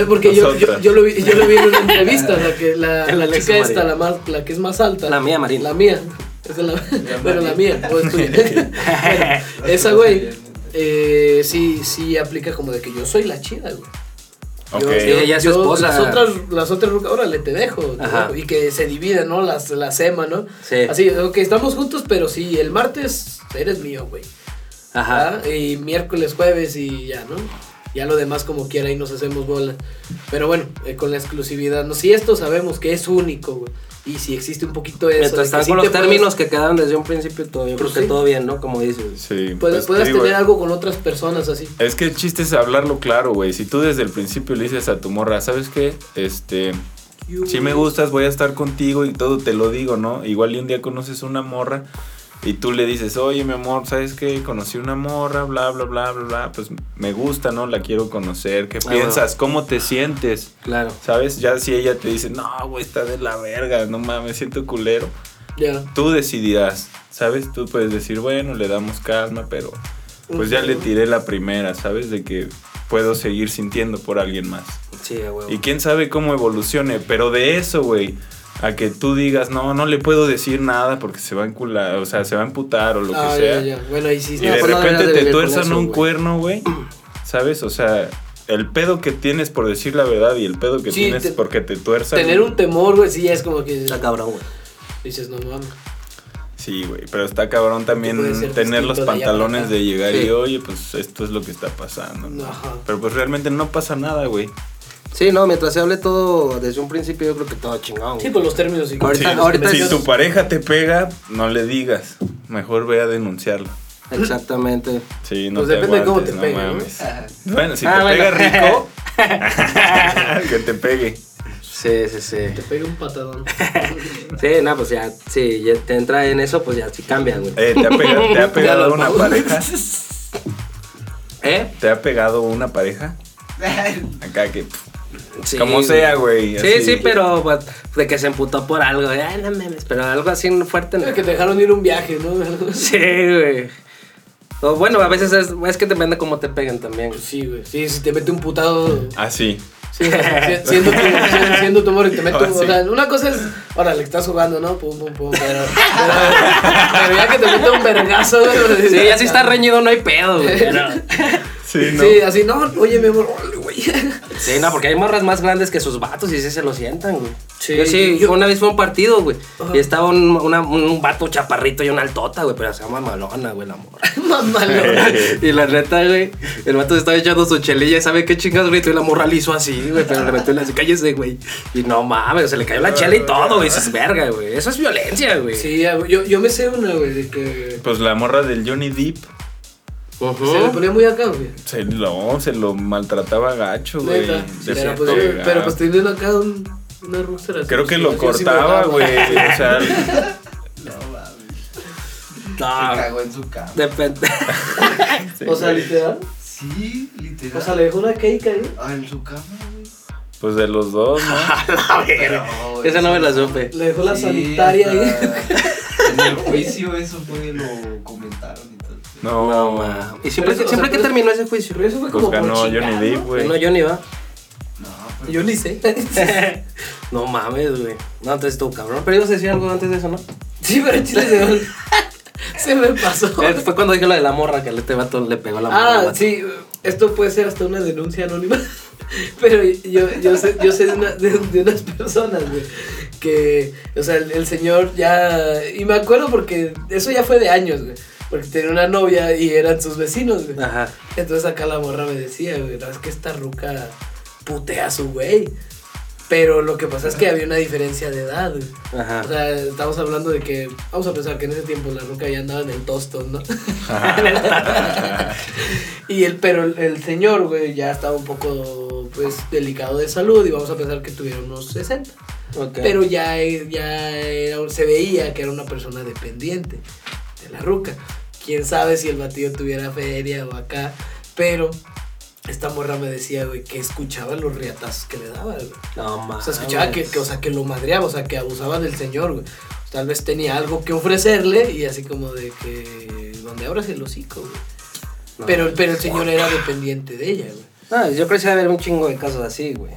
Porque yo, yo, Nosotras. yo lo vi, yo lo <laughs> vi en una entrevista, o sea, que la, El la Alex chica esta, Marín. la, más, la que es más alta. La mía, Marín. La mía. Esa es la, <laughs> bueno, la mía. o es tuya. Bueno, esa, güey, eh, sí, sí aplica como de que yo soy la chida, güey. Ok. Yo- Sí, ella es su esposa. Las otras, las otras, rucas, órale, te dejo. te Ajá. Eh. dejo. Y que se dividen, ¿no? Las, la sema, ¿no? <laughs> Sí. Así, ok, estamos juntos, pero sí, el martes eres mío, güey. Ajá. ¿verdad? Y miércoles, jueves y ya, ¿no? Ya lo demás como quiera y nos hacemos bola. Pero bueno, eh, con la exclusividad, ¿no? Si esto sabemos que es único, güey. Y si existe un poquito eso. de que Mientras están sí con te los puedes- términos que quedaron desde un principio, todo, yo Pues creo que sí. todo bien, ¿no? Como dices. Sí, pues, puedes- puedas te digo, tener algo con otras personas así. Es que el chiste es hablarlo claro, güey. Si tú desde el principio le dices a tu morra, ¿sabes qué? Este, si me gustas, voy a estar contigo y todo, te lo digo, ¿no? Igual y un día conoces una morra y tú le dices, oye, mi amor, ¿sabes qué? Conocí una morra, bla, bla, bla, bla, bla, pues me gusta, ¿no? La quiero conocer, ¿qué Ah, piensas? ¿Cómo te sientes? Claro. ¿Sabes? Ya si ella te dice, no, güey, está de la verga, no mames, siento culero. Ya. Tú decidirás, ¿sabes? Tú puedes decir, bueno, le damos calma, pero pues ya le tiré la primera, ¿sabes? De que puedo seguir sintiendo por alguien más. Sí, a huevo. Y quién sabe cómo evolucione, pero de eso, güey, a que tú digas, no, no le puedo decir nada porque se va a encular, o sea, se va a emputar o lo Ah, que ya, sea. ya. Bueno, ahí sí. Y no, de pues no repente deberías de te vivir con tuerzan eso, un güey. cuerno, güey, ¿sabes? O sea, el pedo que tienes por decir la verdad y el pedo que Sí, tienes te- porque te tuerzan. Tener un temor, güey, sí, es como que Está cabrón, güey. dices, no mames. Sí, güey, pero está cabrón también puede ser tener los distinto de allá para pantalones acá. de llegar Sí. y, oye, pues esto es lo que está pasando. ¿no? Ajá. Pero pues realmente no pasa nada, güey. Sí, no, mientras se hable todo desde un principio, yo creo que todo chingón. Sí, güey. con los términos y Ahorita- condiciones ahorita que Si yo- tu pareja te pega, no le digas. Mejor ve a denunciarlo. Exactamente. Sí, no Pues te depende de cómo aguantes, te no pegue, ¿no? mames. Ajá. Bueno, si Ah, te bueno. pega <laughs> rico, <laughs> que te pegue. Sí, sí, sí. Te pega un patadón. <laughs> Sí, no, pues ya, sí, ya te entra en eso, pues ya sí cambia, güey. Eh, ¿te, ha pegado, ¿Te ha Ya pegado lo una pago. pareja? ¿Eh? ¿Te ha pegado una <laughs> pareja? Acá que... pff, Sí, pues Como sea, güey, Sí, así. sí, pero pues, de que se emputó por algo. Ay, no mames, pero algo así <laughs> fuerte. Es No. que te dejaron ir un viaje, ¿no? <laughs> Sí, güey. O bueno, a veces es, es que depende cómo te peguen también. güey. Sí, güey. Sí, si te mete un putado. Así. Sí, o sea, si- siendo, tu, si- siendo tu morro y te mete un Ahora sí. o sea, Una cosa es, ahora le estás jugando, ¿no? Pum, pum, pum. Pero, pero, pero ya que te mete un vergazo. güey, Sí, así <laughs> está reñido, no hay pedo, güey. Sí, ¿no? Sí, así, no, oye, mi amor, órale, güey. <laughs> Sí, no, porque hay morras más grandes que sus vatos y sí se lo sientan, güey. Sí, yo sí, yo- una vez fue a un partido, güey. Ajá. Y estaba un, una- un vato chaparrito y una altota, güey, pero se llama malona, güey, la morra. <laughs> Mamalón. Y la neta, güey, el vato se estaba echando su chelilla, ¿sabe qué chingas gritó? Y la morra le hizo así, güey, pero le metió en la cállese, güey. Y no mames, se le cayó la chela y todo, güey. Eso es verga, güey. Eso es violencia, güey. Sí, ya, güey, yo, yo me sé una, güey, de que pues, Pues la morra del Johnny Depp, Ujú. se le ponía muy acá, güey. se lo, se lo maltrataba gacho, güey. Neta. De pero, tanto pues, yo- pegar. pero pues teniendo acá un, una rústera. Creo así, que sí, lo así, así me cortaba, daba. güey. O sea, Ah. No, Se cagó en su cama. <laughs> depende. O sea, literal. Sí, literal. O sea, le dejó una cake ahí. Ah, en su cama, güey. pues de los dos, <laughs> ¿no? No, Esa no me la eso- supe. Le dejó la Sí, sanitaria ahí. hasta <laughs> En el juicio eso fue, lo comentaron y todo. No, No, mames. Y siempre, que, Pero eso, siempre o sea, que pero- terminó ese juicio, Pero eso fue Pues como por ganó chingar, Johnny Depp, ¿no? güey. no, yo ni iba. No, pero Yo ni sé. <laughs> <laughs> No mames, güey. No, entonces estuvo cabrón. Pero ibas a decir algo antes de eso, ¿no? Sí, pero el chile <laughs> se, se me <laughs> pasó. Eh, Fue cuando dije lo de la morra que le este vato le pegó la morra. al Ah, vato. sí, esto puede ser hasta una denuncia anónima, <laughs> pero yo, yo sé, yo sé de, una- de- de unas personas, güey, que, o sea, el, el señor ya, y me acuerdo porque eso ya fue de años, güey, porque tenía una novia y eran sus vecinos, güey. Ajá. Entonces acá la morra me decía, güey, no, es que esta ruca putea a su güey. Pero lo que pasa es que había una diferencia de edad, güey. Ajá. O sea, estamos hablando de que, vamos a pensar que en ese tiempo la ruca ya andaba en el tostón, ¿no? En el tostón. y el, pero el, el señor, güey, ya estaba un poco, pues, delicado de salud y vamos a pensar que tuviera unos 60. Ok. Pero ya, e- ya era- se veía que era una persona dependiente de la ruca. Quién sabe si el batido tuviera feria o acá. Pero esta morra me decía, güey, que escuchaba los riatazos que le daba, güey. no mames. O sea, escuchaba que, que, o sea, que lo madreaba, o sea, que abusaba del señor, güey. Tal vez tenía algo que ofrecerle y así como de que donde abras el hocico, güey. No. Pero, pero el señor era dependiente de ella, güey. No, yo creo que sí va a haber un chingo de casos así, güey.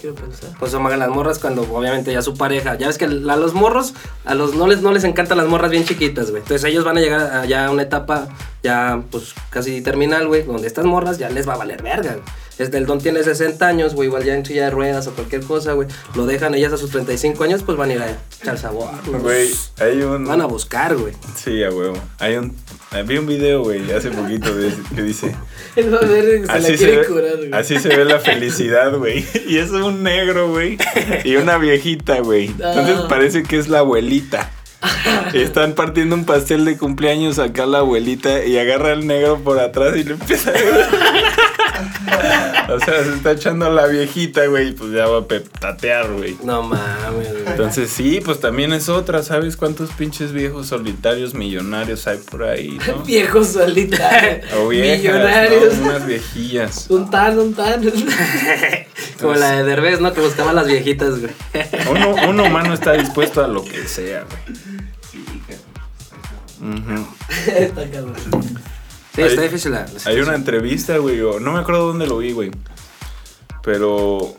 Quiero <laughs> pensar. Pues amagan las morras cuando obviamente ya su pareja. Ya ves que a los morros, a los no les, no les encantan las morras bien chiquitas, güey. Entonces ellos van a llegar a ya a una etapa ya pues casi terminal, güey, donde estas morras ya les va a valer verga, güey. Este, el don tiene 60 años, güey, igual ya en silla de ruedas o cualquier cosa, güey. Lo dejan ellas a sus 35 años, pues van a ir a echar sabor, pues, Güey, hay un... Van a buscar, güey. Sí, a huevo. Hay un... Vi un video, güey, hace poquito de- que dice... Él va a ver que <laughs> se la quiere ve, curar, güey. así se <laughs> ve la felicidad, güey. Y es un negro, güey. Y una viejita, güey. Entonces Ah. parece que es la <laughs> abuelita. Y están partiendo un pastel de cumpleaños acá la abuelita y agarra al negro por atrás y le empieza a... <laughs> O sea, se está echando la viejita, güey, y pues ya va a petatear, güey. No mames, güey. Entonces sí, pues también es otra, ¿sabes cuántos pinches viejos solitarios millonarios hay por ahí, <laughs> no? Viejos solitarios. <laughs> O viejas, millonarios. ¿no? unas viejillas. Un tan, un tan. <laughs> Como la de Derbez, ¿no? Que buscaba a las viejitas, güey. <laughs> Uno, un humano está dispuesto a lo que sea, güey. Sí, cabrón. está cabrón. Ujú. Está cabrón. Sí, Hay- está difícil la. la Este Hay situación. una entrevista, güey, o no me acuerdo dónde lo vi, güey. Pero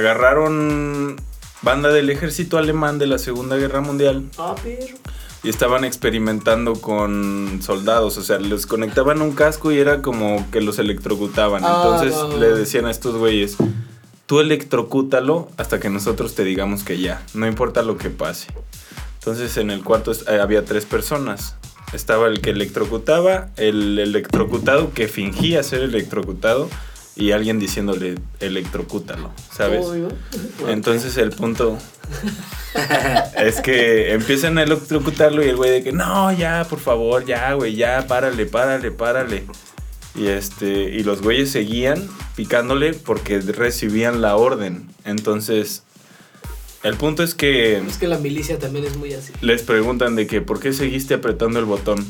agarraron banda del ejército alemán de la Segunda Guerra Mundial Ah, perro. y estaban experimentando con soldados, o sea, les conectaban un casco y era como que los electrocutaban. Ah, Entonces no. le decían a estos güeyes, tú electrocútalo hasta que nosotros te digamos que ya, no importa lo que pase. Entonces en el cuarto est- eh, había tres personas. Estaba el que electrocutaba, el electrocutado que fingía ser electrocutado y alguien diciéndole electrocútalo, ¿sabes? Obvio. Entonces el punto <laughs> es que empiezan a electrocutarlo y el güey de que no, ya, por favor, ya, güey, ya, párale, párale, párale. Y este, y los güeyes seguían picándole porque recibían la orden. Entonces, el punto es que Es que la milicia también es muy así. les preguntan de que ¿por qué seguiste apretando el botón?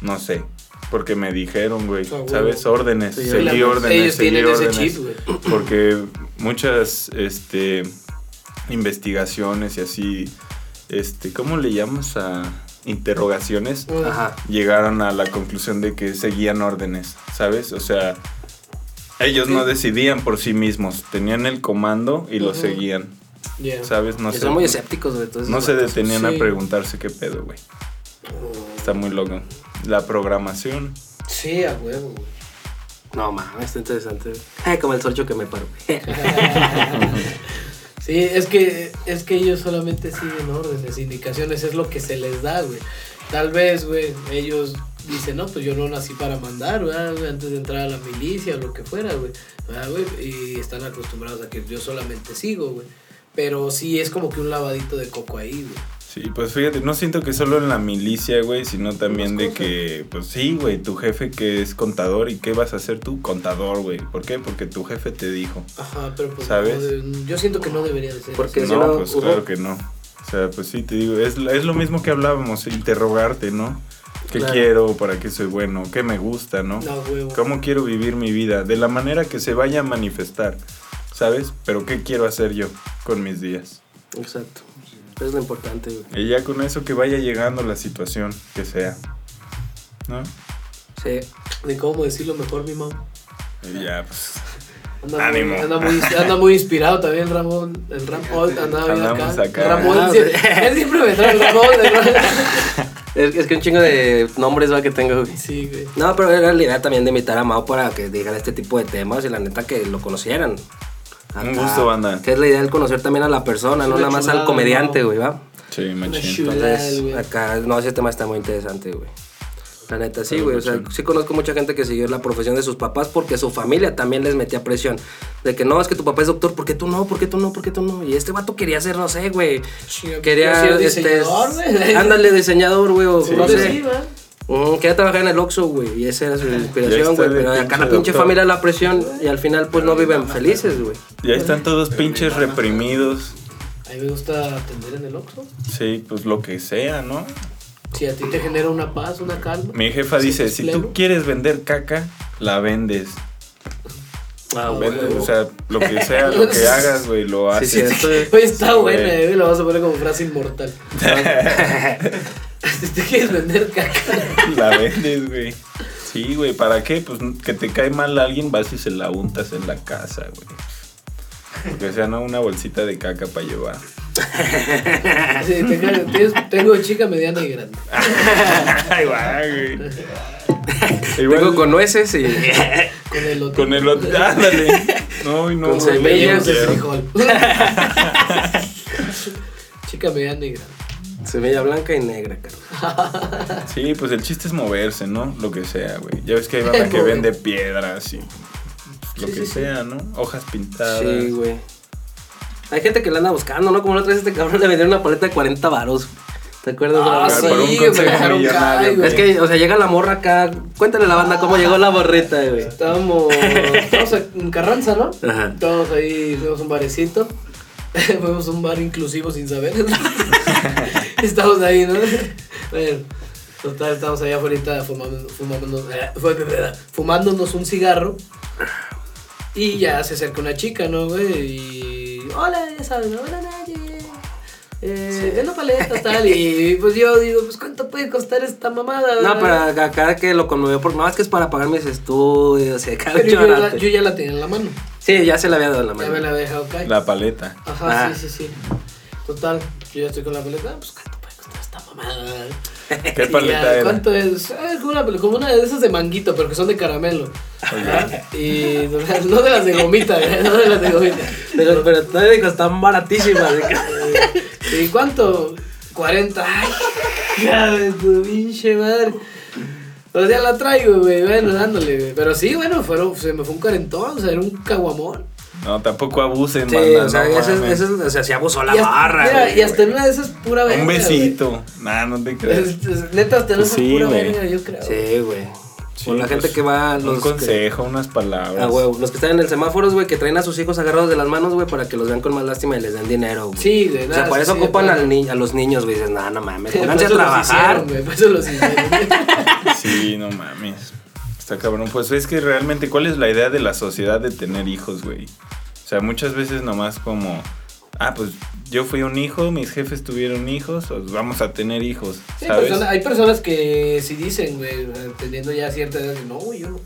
No sé, porque me dijeron, güey, Ah, güey. ¿sabes? Órdenes, Sí, seguí la- órdenes, ellos seguí tienen ese órdenes chip, güey. porque muchas este investigaciones y así este cómo le llamas a interrogaciones Ajá. llegaron a la conclusión de que seguían órdenes sabes o sea ellos no decidían por sí mismos tenían el comando y lo Ujú. seguían Ya. sabes no que se- son muy escépticos, güey. entonces, pues, no se detenían Sí. a preguntarse qué pedo güey está muy loco la programación Sí, a huevo. güey. No mames, está interesante. güey. Ay, como el solcho que me paró. <laughs> güey. <laughs> Sí, es que, es que ellos solamente siguen órdenes, indicaciones, es lo que se les da, güey. Tal vez, güey, ellos dicen, no, pues yo no nací para mandar, ¿verdad? güey? Antes de entrar a la milicia o lo que fuera, güey. ¿verdad, güey? Y están acostumbrados a que yo solamente sigo, güey. Pero sí es como que un lavadito de coco ahí, güey. Sí, pues fíjate, no siento que solo en la milicia, güey, sino también Más de cosas. que, pues sí, güey, tu jefe que es contador y qué vas a hacer tú, contador, güey. ¿Por qué? Porque tu jefe te dijo. Ajá, pero pues. ¿Sabes? no de- yo siento que no debería de ser. Porque- así. si no, no, pues hubo- claro que no. O sea, pues sí, te digo, es, es lo mismo que hablábamos, interrogarte, ¿no? ¿Qué Claro. quiero? ¿Para qué soy bueno? ¿Qué me gusta? ¿no? No, huevo. ¿Cómo quiero vivir mi vida? De la manera que se vaya a manifestar, ¿sabes? Pero ¿qué quiero hacer yo con mis días? Exacto. Es lo importante, güey. Y ya con eso que vaya llegando la situación que sea, ¿no? Sí. De cómo decirlo mejor, mi mamá. Y ya, pues. Anda, Ánimo. Muy, anda, muy, anda muy inspirado también Ramón. El Ramón anda bien Andamos acá. acá. Ramón, Ah, sí, sí. <laughs> él siempre me trae el Ramón. el Ramón. <laughs> Es, es que un chingo de nombres va que tengo, güey. Sí, güey. No, pero era la idea también de invitar a Mao para que dijera este tipo de temas y la neta que lo conocieran. Un gusto, banda. Que es la idea del conocer también a la persona, Es no una nada más al chulada, comediante, Mao. güey, ¿va? Sí, Una machín. chulada, Entonces, güey. acá, no, ese tema está muy interesante, güey. La neta, sí, Claro, güey. O sea, mucho. sí conozco mucha gente que siguió la profesión de sus papás porque su familia también les metía presión. De que no, es que tu papá es doctor, ¿por qué tú no? ¿Por qué tú no? ¿Por qué tú no? Y este vato quería ser, no sé, güey. Quería. ser este, diseñador, <laughs> güey. ándale, diseñador, güey. o Sí. No Sí, sé. va. Mm, quería trabajar en el Oxxo, güey, y esa era su Ya inspiración, está güey, de pero acá la pinche pinche doctor. familia la presión y al final pues no viven felices, güey. Ya están todos pinches reprimidos. A mí me gusta atender en el Oxxo. Sí, pues lo que sea, ¿no? Si a ti te genera una paz, una calma. Mi jefa dice, ¿Sientes si pues, pleno? tú quieres vender caca, la vendes. Ah, Vende- o sea, lo que sea, lo <laughs> que hagas, güey, lo Sí, haces. sí, esto es- Oye, está Sí, buena, güey. güey. La vas a poner como <laughs> frase inmortal. <laughs> si te quieres vender caca. La vendes, güey. Sí, güey, ¿para qué? Pues que te cae mal a alguien, vas y se la untas en la casa, güey. Porque sea, no una bolsita de caca para llevar. <laughs> Si te cagas, tienes- tengo chica mediana y grande. Ay, guay, güey. Vengo con nueces y <laughs> Con el otro. Con el otro. Ándale. No, y no. Con güey, semillas no de quiero. frijol. <laughs> Chica mediana y grande. semilla blanca y negra, cabrón. Sí, pues el chiste es moverse, ¿no? Lo que sea, güey. Ya <laughs> ves que hay banda que Mover. vende piedras y pues, lo Sí, que sí, sí. sea, ¿no? Hojas pintadas. Sí, güey. Hay gente que la anda buscando, ¿no? Como la otra vez este cabrón le vendieron una paleta de 40 varos. ¿Te acuerdas? de la Ah, morra? sí, Para un güey, consejo me dejaron millonario, caer, güey. Es que, o sea, llega la morra acá. Cuéntale a la banda cómo llegó la borrita, güey. Estábamos, estábamos en Carranza, ¿no? Ajá. Todos ahí fuimos a un barecito. <laughs> fuimos a un bar inclusivo sin saber. <laughs> estamos ahí, ¿no? Bueno, total, estamos allá afuera fumando, fumándonos, fumándonos un cigarro. Y ya se acerca una chica, ¿no, güey? Y. Hola, ya sabes, ¿no? Hola, Naye. Eh, Vendo paletas, tal. Y pues yo digo, pues ¿cuánto puede costar esta mamada? No, pero verdad? acá que lo conmovió porque no es que es para pagar mis estudios y acá Pero yo, ya la- llorante. yo ya la tenía en la mano. Sí, ya se le había dado la Ya me la mano. había dejado caer. La paleta. Ajá, Ah. sí, sí, sí. Total, yo ya estoy con la paleta. Ah, Pues cuánto puede costar esta mamada. ¿Qué Y paleta ya, era? ¿Cuánto es? Ah, es como una, pele- como una de esas de manguito, pero que son de caramelo. Ajá. Y no de las de gomita, ¿eh? no de las de gomita. Digo, pero te digo, están baratísimas. de <laughs> que- Eh, ¿Y cuánto? 40. Ay, hija de tu pinche madre. O sea, la traigo, güey. Bueno, dándole, güey. Pero sí, bueno, fueron, se me fue un cuarentón, o sea, era un caguamón. No, tampoco abusen, <laughs> Sí, banda, o sea, no ese- mamen. ese- o sea, se abusó la Y hasta- barra. mira, güey. y hasta en una de esas pura verga. Un güey. besito. Nah, no te creas. Es- es- Neta, hasta en esas Sí, pura güey. verga, yo creo. Sí, güey. Con la Sí, gente pues, que va a los. Un que- consejo, unas palabras. Ah, huevo, los que están en el semáforos, güey, que traen a sus hijos agarrados de las manos, güey, para que los vean con más lástima y les den dinero, güey. Sí, güey. O sea, nada, por eso sí, ocupan para- al ni- a los niños, güey. Dices, no, no mames, <laughs> Por pónganse a eso los trabajar. hicieron, güey, por eso los hicieron, güey. Sí, no mames. Está cabrón. Pues es que realmente, ¿cuál es la idea de la sociedad de tener hijos, güey? O sea, muchas veces nomás como, ah, pues yo fui un hijo, mis jefes tuvieron hijos, pues vamos a tener hijos, <laughs> Sí, pues, ¿sabes? persona- hay personas que sí dicen, güey, o sea, teniendo ya cierta edad, no, güey, yo no.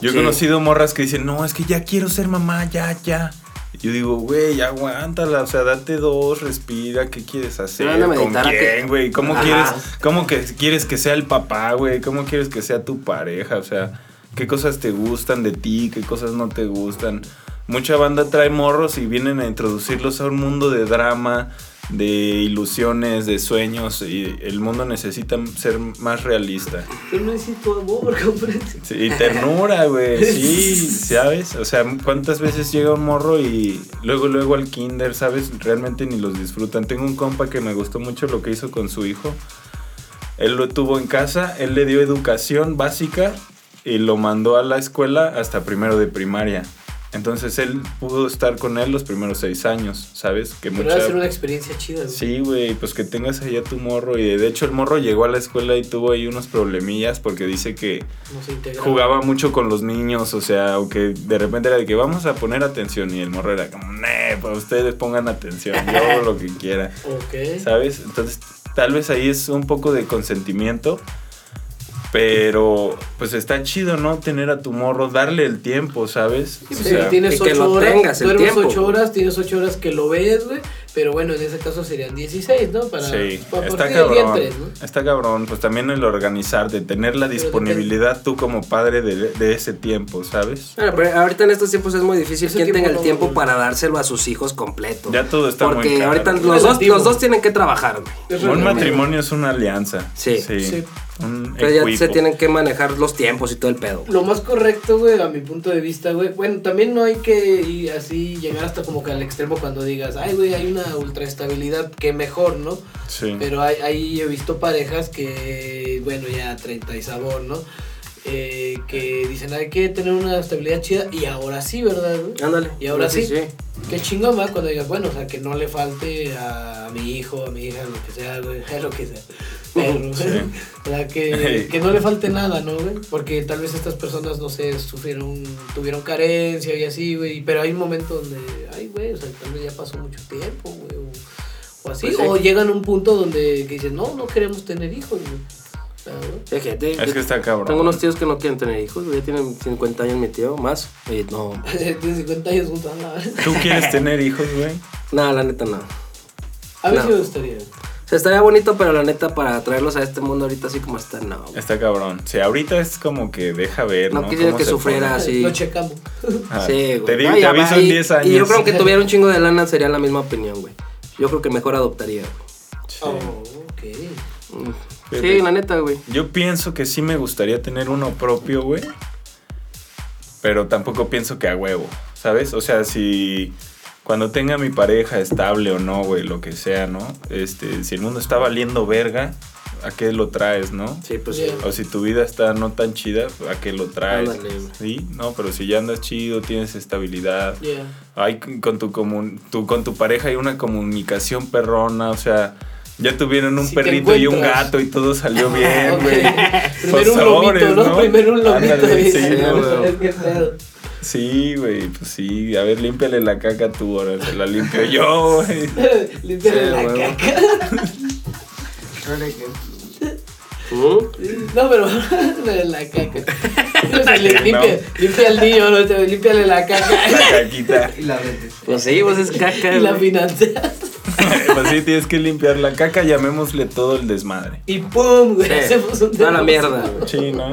Yo he Sí. conocido morras que dicen, no, es que ya quiero ser mamá, ya, ya. Y Yo digo, güey, aguántala, o sea, date dos, respira, ¿qué quieres hacer? Anda a ¿Con meditar a quién, que- güey? ¿Cómo Ajá. quieres, cómo que quieres que sea el papá, güey? ¿Cómo quieres que sea tu pareja? O sea, ¿qué cosas te gustan de ti? ¿Qué cosas no te gustan? Mucha banda trae morros y vienen a introducirlos a un mundo de drama, de ilusiones, de sueños, y el mundo necesita ser más realista. Yo no necesito amor, <laughs> comprende. Sí, y ternura, güey. Sí, ¿sabes? O sea, ¿cuántas veces llega un morro y luego, luego al kinder, ¿sabes? Realmente ni los disfrutan. Tengo un compa que me gustó mucho lo que hizo con su hijo. Él lo tuvo en casa, él le dio educación básica y lo mandó a la escuela hasta primero de primaria. Entonces él pudo estar con él los primeros seis años, ¿sabes? Que Pero mucha- va a ser una experiencia chida, güey. Sí, güey, pues que tengas ahí a tu morro. Y de hecho el morro llegó a la escuela y tuvo ahí unos problemillas porque dice que No se integra. jugaba mucho con los niños, o sea, o que de repente era de que vamos a poner atención y el morro era como, "Nee, pues ustedes pongan atención, yo hago lo que quiera, Ok. ¿sabes? Entonces, tal vez ahí es un poco de consentimiento, pero pues está chido, ¿no? Tener a tu morro, darle el tiempo, ¿sabes? Sí, O pues, sea, si tienes y que ocho lo horas, tengas el duermes tiempo, ocho güey. horas, tienes ocho horas que lo ves, güey. Pero bueno, en ese caso serían 16, ¿no? Para, sí, para está partir del día cabrón. tres, ¿no? Está cabrón, pues también el organizar, de tener la Pero disponibilidad tú como padre de, de ese tiempo, ¿sabes? Bueno, pero ahorita en estos tiempos es muy difícil Ese quien tiempo tenga el no- tiempo para dárselo a sus hijos completo. Ya todo está muy Porque caro, ahorita güey. los dos, Relativo. los dos tienen que trabajar, güey. Es Un relativo. matrimonio es una alianza. Sí. Sí. Un Pero ya equipo. se tienen que manejar los tiempos y todo el pedo. güey. Lo más correcto, güey, a mi punto de vista, güey. Bueno, también no hay que ir así llegar hasta como que al extremo cuando digas, ay, güey, hay una ultraestabilidad, que mejor, ¿no? Sí. Pero hay- ahí he visto parejas que, bueno, ya 30 y sabor, ¿no? Eh, que dicen, hay que tener una estabilidad chida y ahora sí, ¿verdad? güey? Ándale. Y ahora sí. sí. Qué chingón, ¿verdad? Cuando digas, bueno, o sea, que no le falte a mi hijo, a mi hija, lo que sea, güey, <laughs> lo que sea. <laughs> Pero, Sí. o sea, que, que no le falte nada, ¿no, güey? Porque tal vez estas personas, no sé, sufrieron, tuvieron carencia y así, güey. Pero hay un momento donde, ay, güey, o sea, tal vez ya pasó mucho tiempo, güey. O, o así. Pues sí. O llegan a un punto donde que dicen, no, no queremos tener hijos, güey. O sea, <laughs> güey. Sí, gente, Es que está cabrón. Tengo unos tíos que no quieren tener hijos, güey. Ya tienen 50 años mi tío, más. Y no. Tienen 50 años juntos, ¿no? <laughs> ¿Tú quieres tener hijos, güey? Nada, la neta, no. A mí No. sí me gustaría. O sea, estaría bonito, pero la neta, para traerlos a este mundo ahorita así como está, no. güey. Está cabrón. Sí, ahorita es como que deja ver, ¿no? No quisiera Cómo que se sufriera. Ah, sí. Lo checamos. pone. Ajá. Sí, güey. Te, digo, No, te ya va, aviso en y- 10 años. Y yo <laughs> creo que tuviera un chingo de lana sería la misma opinión, güey. Yo creo que mejor adoptaría, güey. Sí. Oh, ok. Mm. Fíjate. Sí, la neta, güey. Yo pienso que sí me gustaría tener uno propio, güey. Pero tampoco pienso que a huevo, ¿sabes? O sea, si cuando tenga mi pareja estable o no, güey, lo que sea, ¿no? Este, si el mundo está valiendo verga, ¿a qué lo traes, no? Sí, pues Yeah. sí. O si tu vida está no tan chida, ¿a qué lo traes? Ándale, güey. sí, no, pero si ya andas chido, tienes estabilidad, Yeah. hay con tu, comun- tu- con tu pareja hay una comunicación perrona, o sea, ya tuvieron un Si te perrito y un encuentras. gato y todo salió bien, Ok. güey. Primero un Pozores, lomito, ¿no? ¿no? Primero un lomito. Ándale, dice. sí, Vamos a <laughs> güey. ver qué pedo. Sí, güey, pues sí, a ver, límpiale la caca tú, ahora se la limpio yo, güey. Límpiale la güey. caca. <laughs> ¿Mm? No, pero <laughs> límpiale la caca. <laughs> O sea, le- limpia, limpia al niño, ¿no? Te- límpiale <laughs> la La caca. caquita. <laughs> Y la vendes. Pues sí, <laughs> pues es caca. Y la güey. financias. Pues sí, tienes que limpiar la caca, llamémosle todo el desmadre. Y pum, güey. Sí, Hacemos un toda la negocio. mierda. güey. Sí, ¿no?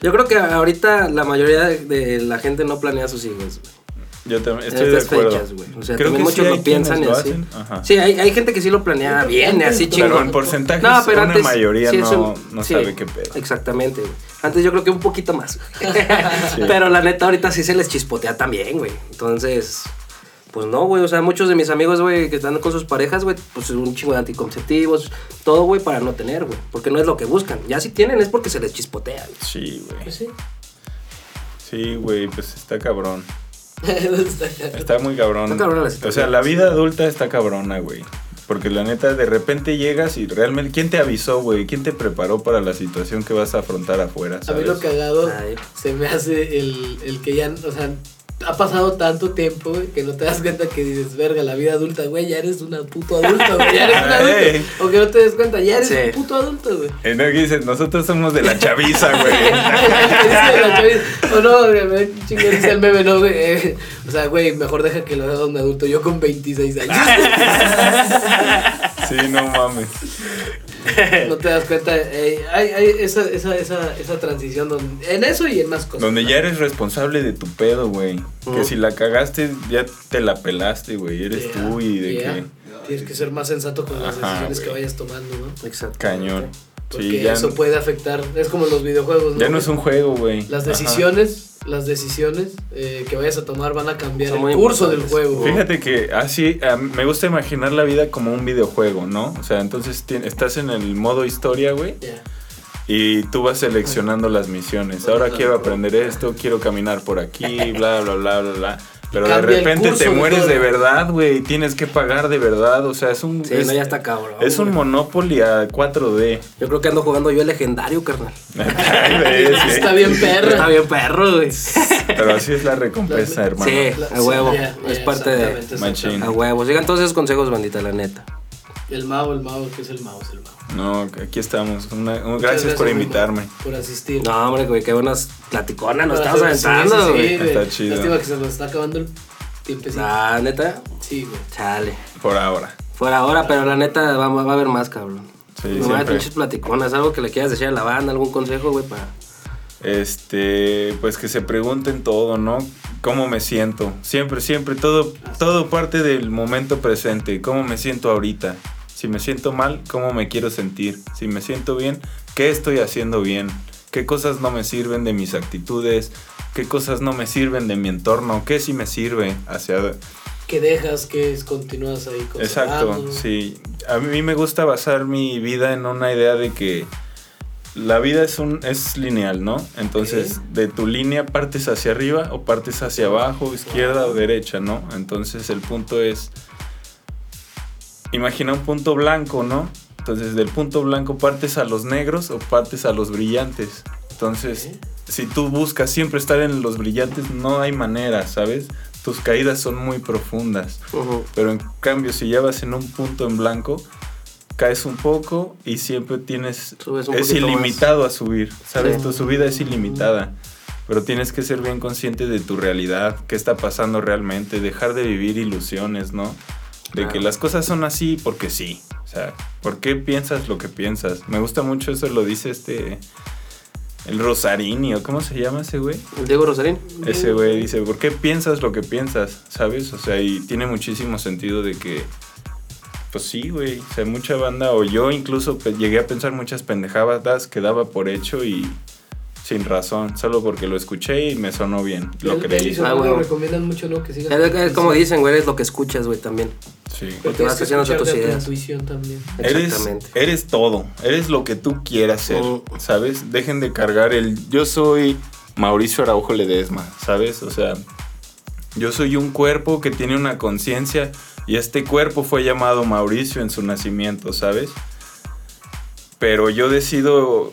Yo creo que ahorita la mayoría de, de la gente no planea sus hijos. güey. Yo también En estoy de estas acuerdo. fechas, güey. O sea, Creo también que sí muchos hay lo piensan y quienes lo así. hacen, ajá. Sí, hay, hay gente que sí lo planea bien, así Pero Pero chingón. en porcentajes No, pero una antes. mayoría sí, es no, un- no sí, sabe qué pedo. Exactamente, güey. Antes yo creo que un poquito <laughs> más. <laughs> Pero la neta, ahorita sí se les chispotea también, güey. Entonces, pues no, güey. O sea, muchos de mis amigos, güey, que están con sus parejas, güey, pues un chingo de anticonceptivos, todo, güey, para no tener, güey. Porque no es lo que buscan. Ya si tienen es porque se les chispotea, güey. Sí, güey. Pues sí. <laughs> Sí, güey, pues está cabrón. Está- Está muy cabrón. Está cabrona la o situación. sea, la vida adulta está cabrona, güey. Porque la neta, de repente llegas y realmente. ¿Quién te avisó, güey? ¿Quién te preparó para la situación que vas a afrontar afuera? A mí ¿sabes? lo cagado Ay. se me hace el, el que ya, o sea, ha pasado tanto tiempo, güey, que no te das cuenta que dices, verga, la vida adulta, güey, ya eres una puto adulto, güey, ya eres un Ey. adulto. O que no te des cuenta, ya eres Sí. un puto adulto, güey. <laughs> Eh, no, que dices, nosotros somos de <laughs> la chaviza, güey. Dice la chaviza, o no, güey, me chingo, dice el meme, no, güey. eh, o sea, güey, mejor deja que lo haga un adulto, yo con 26 <laughs> años. Sí, no mames. no te das cuenta, eh, hay, hay esa, esa, esa, esa transición donde, en eso y en más cosas. Donde ya eres responsable de tu pedo, güey. Que Ujú. si la cagaste, ya te la pelaste, güey. Eres Yeah, tú y de yeah. que. Tienes que ser más sensato con las Ajá, decisiones que güey. vayas tomando, ¿no? Exacto. Cañón. Porque Sí, ya, eso puede afectar. Es como los videojuegos, ¿no? ya no es un juego, güey. Las Ajá. decisiones, las decisiones eh, que vayas a tomar van a cambiar Son el muy curso del importantes. juego. Fíjate que así a mí me gusta imaginar la vida como un videojuego, ¿no? O sea, entonces ti- estás en el modo historia, güey, Ya. y tú vas seleccionando las misiones. Ahora quiero aprender esto, quiero caminar por <laughs> aquí, bla, bla, bla, bla, bla. Pero de Cambia el repente curso te del mueres juego. de verdad, güey, y tienes que pagar de verdad. O sea, es un Sí, es, no, ya está cabrón. es un güey. Monopoly a <laughs> <laughs> 4D. Yo creo que ando jugando yo el legendario, carnal. Tal vez, ¿eh? Está bien perro. Está bien perro, <laughs> güey. Pero así es la recompensa, Las- pues, hermano. Sí. La- A huevo, ya, es ya, parte de- exactamente, exactamente. A huevos. Sigan todos esos consejos, bandita, la neta. El Mao, el Mao, que es el Mao, es el Mao. No, aquí estamos. Una- un- gracias, Muchas por Mao, invitarme. Por asistir. No, hombre, güey, qué buenas platiconas nos Por estamos hacer- sí, aventando, sí, güey. sí, güey. Está chido. Lástima que se nos está acabando el tiempecito. Ah, neta, Sí, güey. chale. Por ahora. Fuera ahora, pero la neta va, va a haber más, cabrón. Sí, no más siempre. pinches platiconas, algo que le quieras decir a la banda, algún consejo, güey, para. Este, pues que se pregunten todo, ¿no? ¿Cómo me siento? Siempre, siempre, todo, todo parte del momento presente. ¿Cómo me siento ahorita? Si me siento mal, ¿cómo me quiero sentir? Si me siento bien, ¿qué estoy haciendo bien? ¿Qué cosas no me sirven de mis actitudes? ¿Qué cosas no me sirven de mi entorno? ¿Qué sí me sirve hacia, Que dejas, que es- continúas ahí con Ah, Exacto, sí. A mí me gusta basar mi vida en una idea de que la vida es un es lineal, ¿no? Entonces, de tu línea partes hacia arriba o partes hacia abajo, izquierda o derecha, ¿no? Entonces, el punto es imagina un punto blanco, ¿no? Entonces, del punto blanco partes a los negros o partes a los brillantes. Entonces, si tú buscas siempre estar en los brillantes, no hay manera, ¿sabes? Tus caídas son muy profundas. Ujú. Pero en cambio, si ya vas en un punto en blanco, caes un poco y siempre tienes... Subes un Es poquito ilimitado a subir, ¿sabes? Sí. Tu subida es ilimitada. Pero tienes que ser bien consciente de tu realidad, qué está pasando realmente, dejar de vivir ilusiones, ¿no? De que Claro. las cosas son así porque sí. O sea, ¿por qué piensas lo que piensas? Me gusta mucho eso, lo dice este... El Rosarini, ¿o cómo se llama ese güey? Diego Rosarín. Ese güey dice, ¿por qué piensas lo que piensas? ¿Sabes? O sea, y tiene muchísimo sentido de que, pues sí, güey, o sea, mucha banda, o yo incluso pe- llegué a pensar muchas pendejadas que daba por hecho y sin razón, solo porque lo escuché y me sonó bien, lo Es que creí. hizo, Ah, ¿no? bueno. Lo recomiendan mucho, ¿no? Que sigas. Es, es como dicen, güey, eres lo que escuchas, güey, también. Sí. Lo que vas Tienes que haciendo de tus escucharte a tu ideas. intuición también. Eres, Exactamente. eres todo, eres lo que tú quieras ser, Mm. ¿sabes? Dejen de cargar el yo soy Mauricio Araujo Ledesma, ¿sabes? O sea, yo soy un cuerpo que tiene una conciencia y este cuerpo fue llamado Mauricio en su nacimiento, ¿sabes? Pero yo decido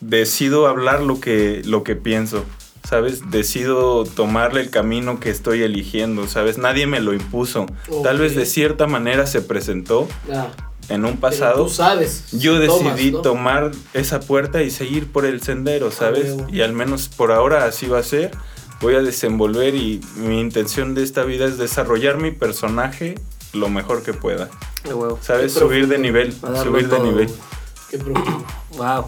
decido hablar lo que lo que pienso, ¿sabes? Decido tomarle el camino que estoy eligiendo, ¿sabes? Nadie me lo impuso. Tal vez Ok. de cierta manera se presentó Ah, en un pero pasado, Tú sabes. yo tomas, decidí ¿no? Ah, tomar esa puerta y seguir por el sendero, ¿sabes? huevo. Y al menos por ahora así va a ser. Voy a desenvolver y mi intención de esta vida es desarrollar mi personaje lo mejor que pueda. Qué huevo. ¿Sabes? Qué profundo. Subir de nivel, A darlo subir de todo, nivel. güey. Qué profundo. Wow.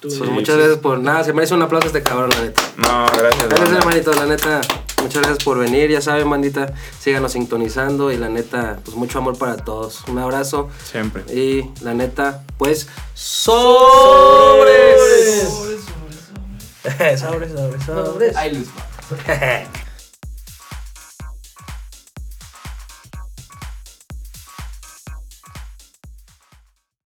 Tú, Pues Sí, muchas sí. gracias por nada. Se merece un aplauso a este cabrón, la neta. No, gracias. Gracias, banda. hermanito, la neta. Muchas gracias por venir. Ya saben, bandita, síganos sintonizando y la neta, pues mucho amor para todos. Un abrazo Siempre. y la neta, pues, sobres. Sobre, sobre, sobre. Sobre, sobre, sobre. <laughs> Ahí les va. <laughs> Jeje.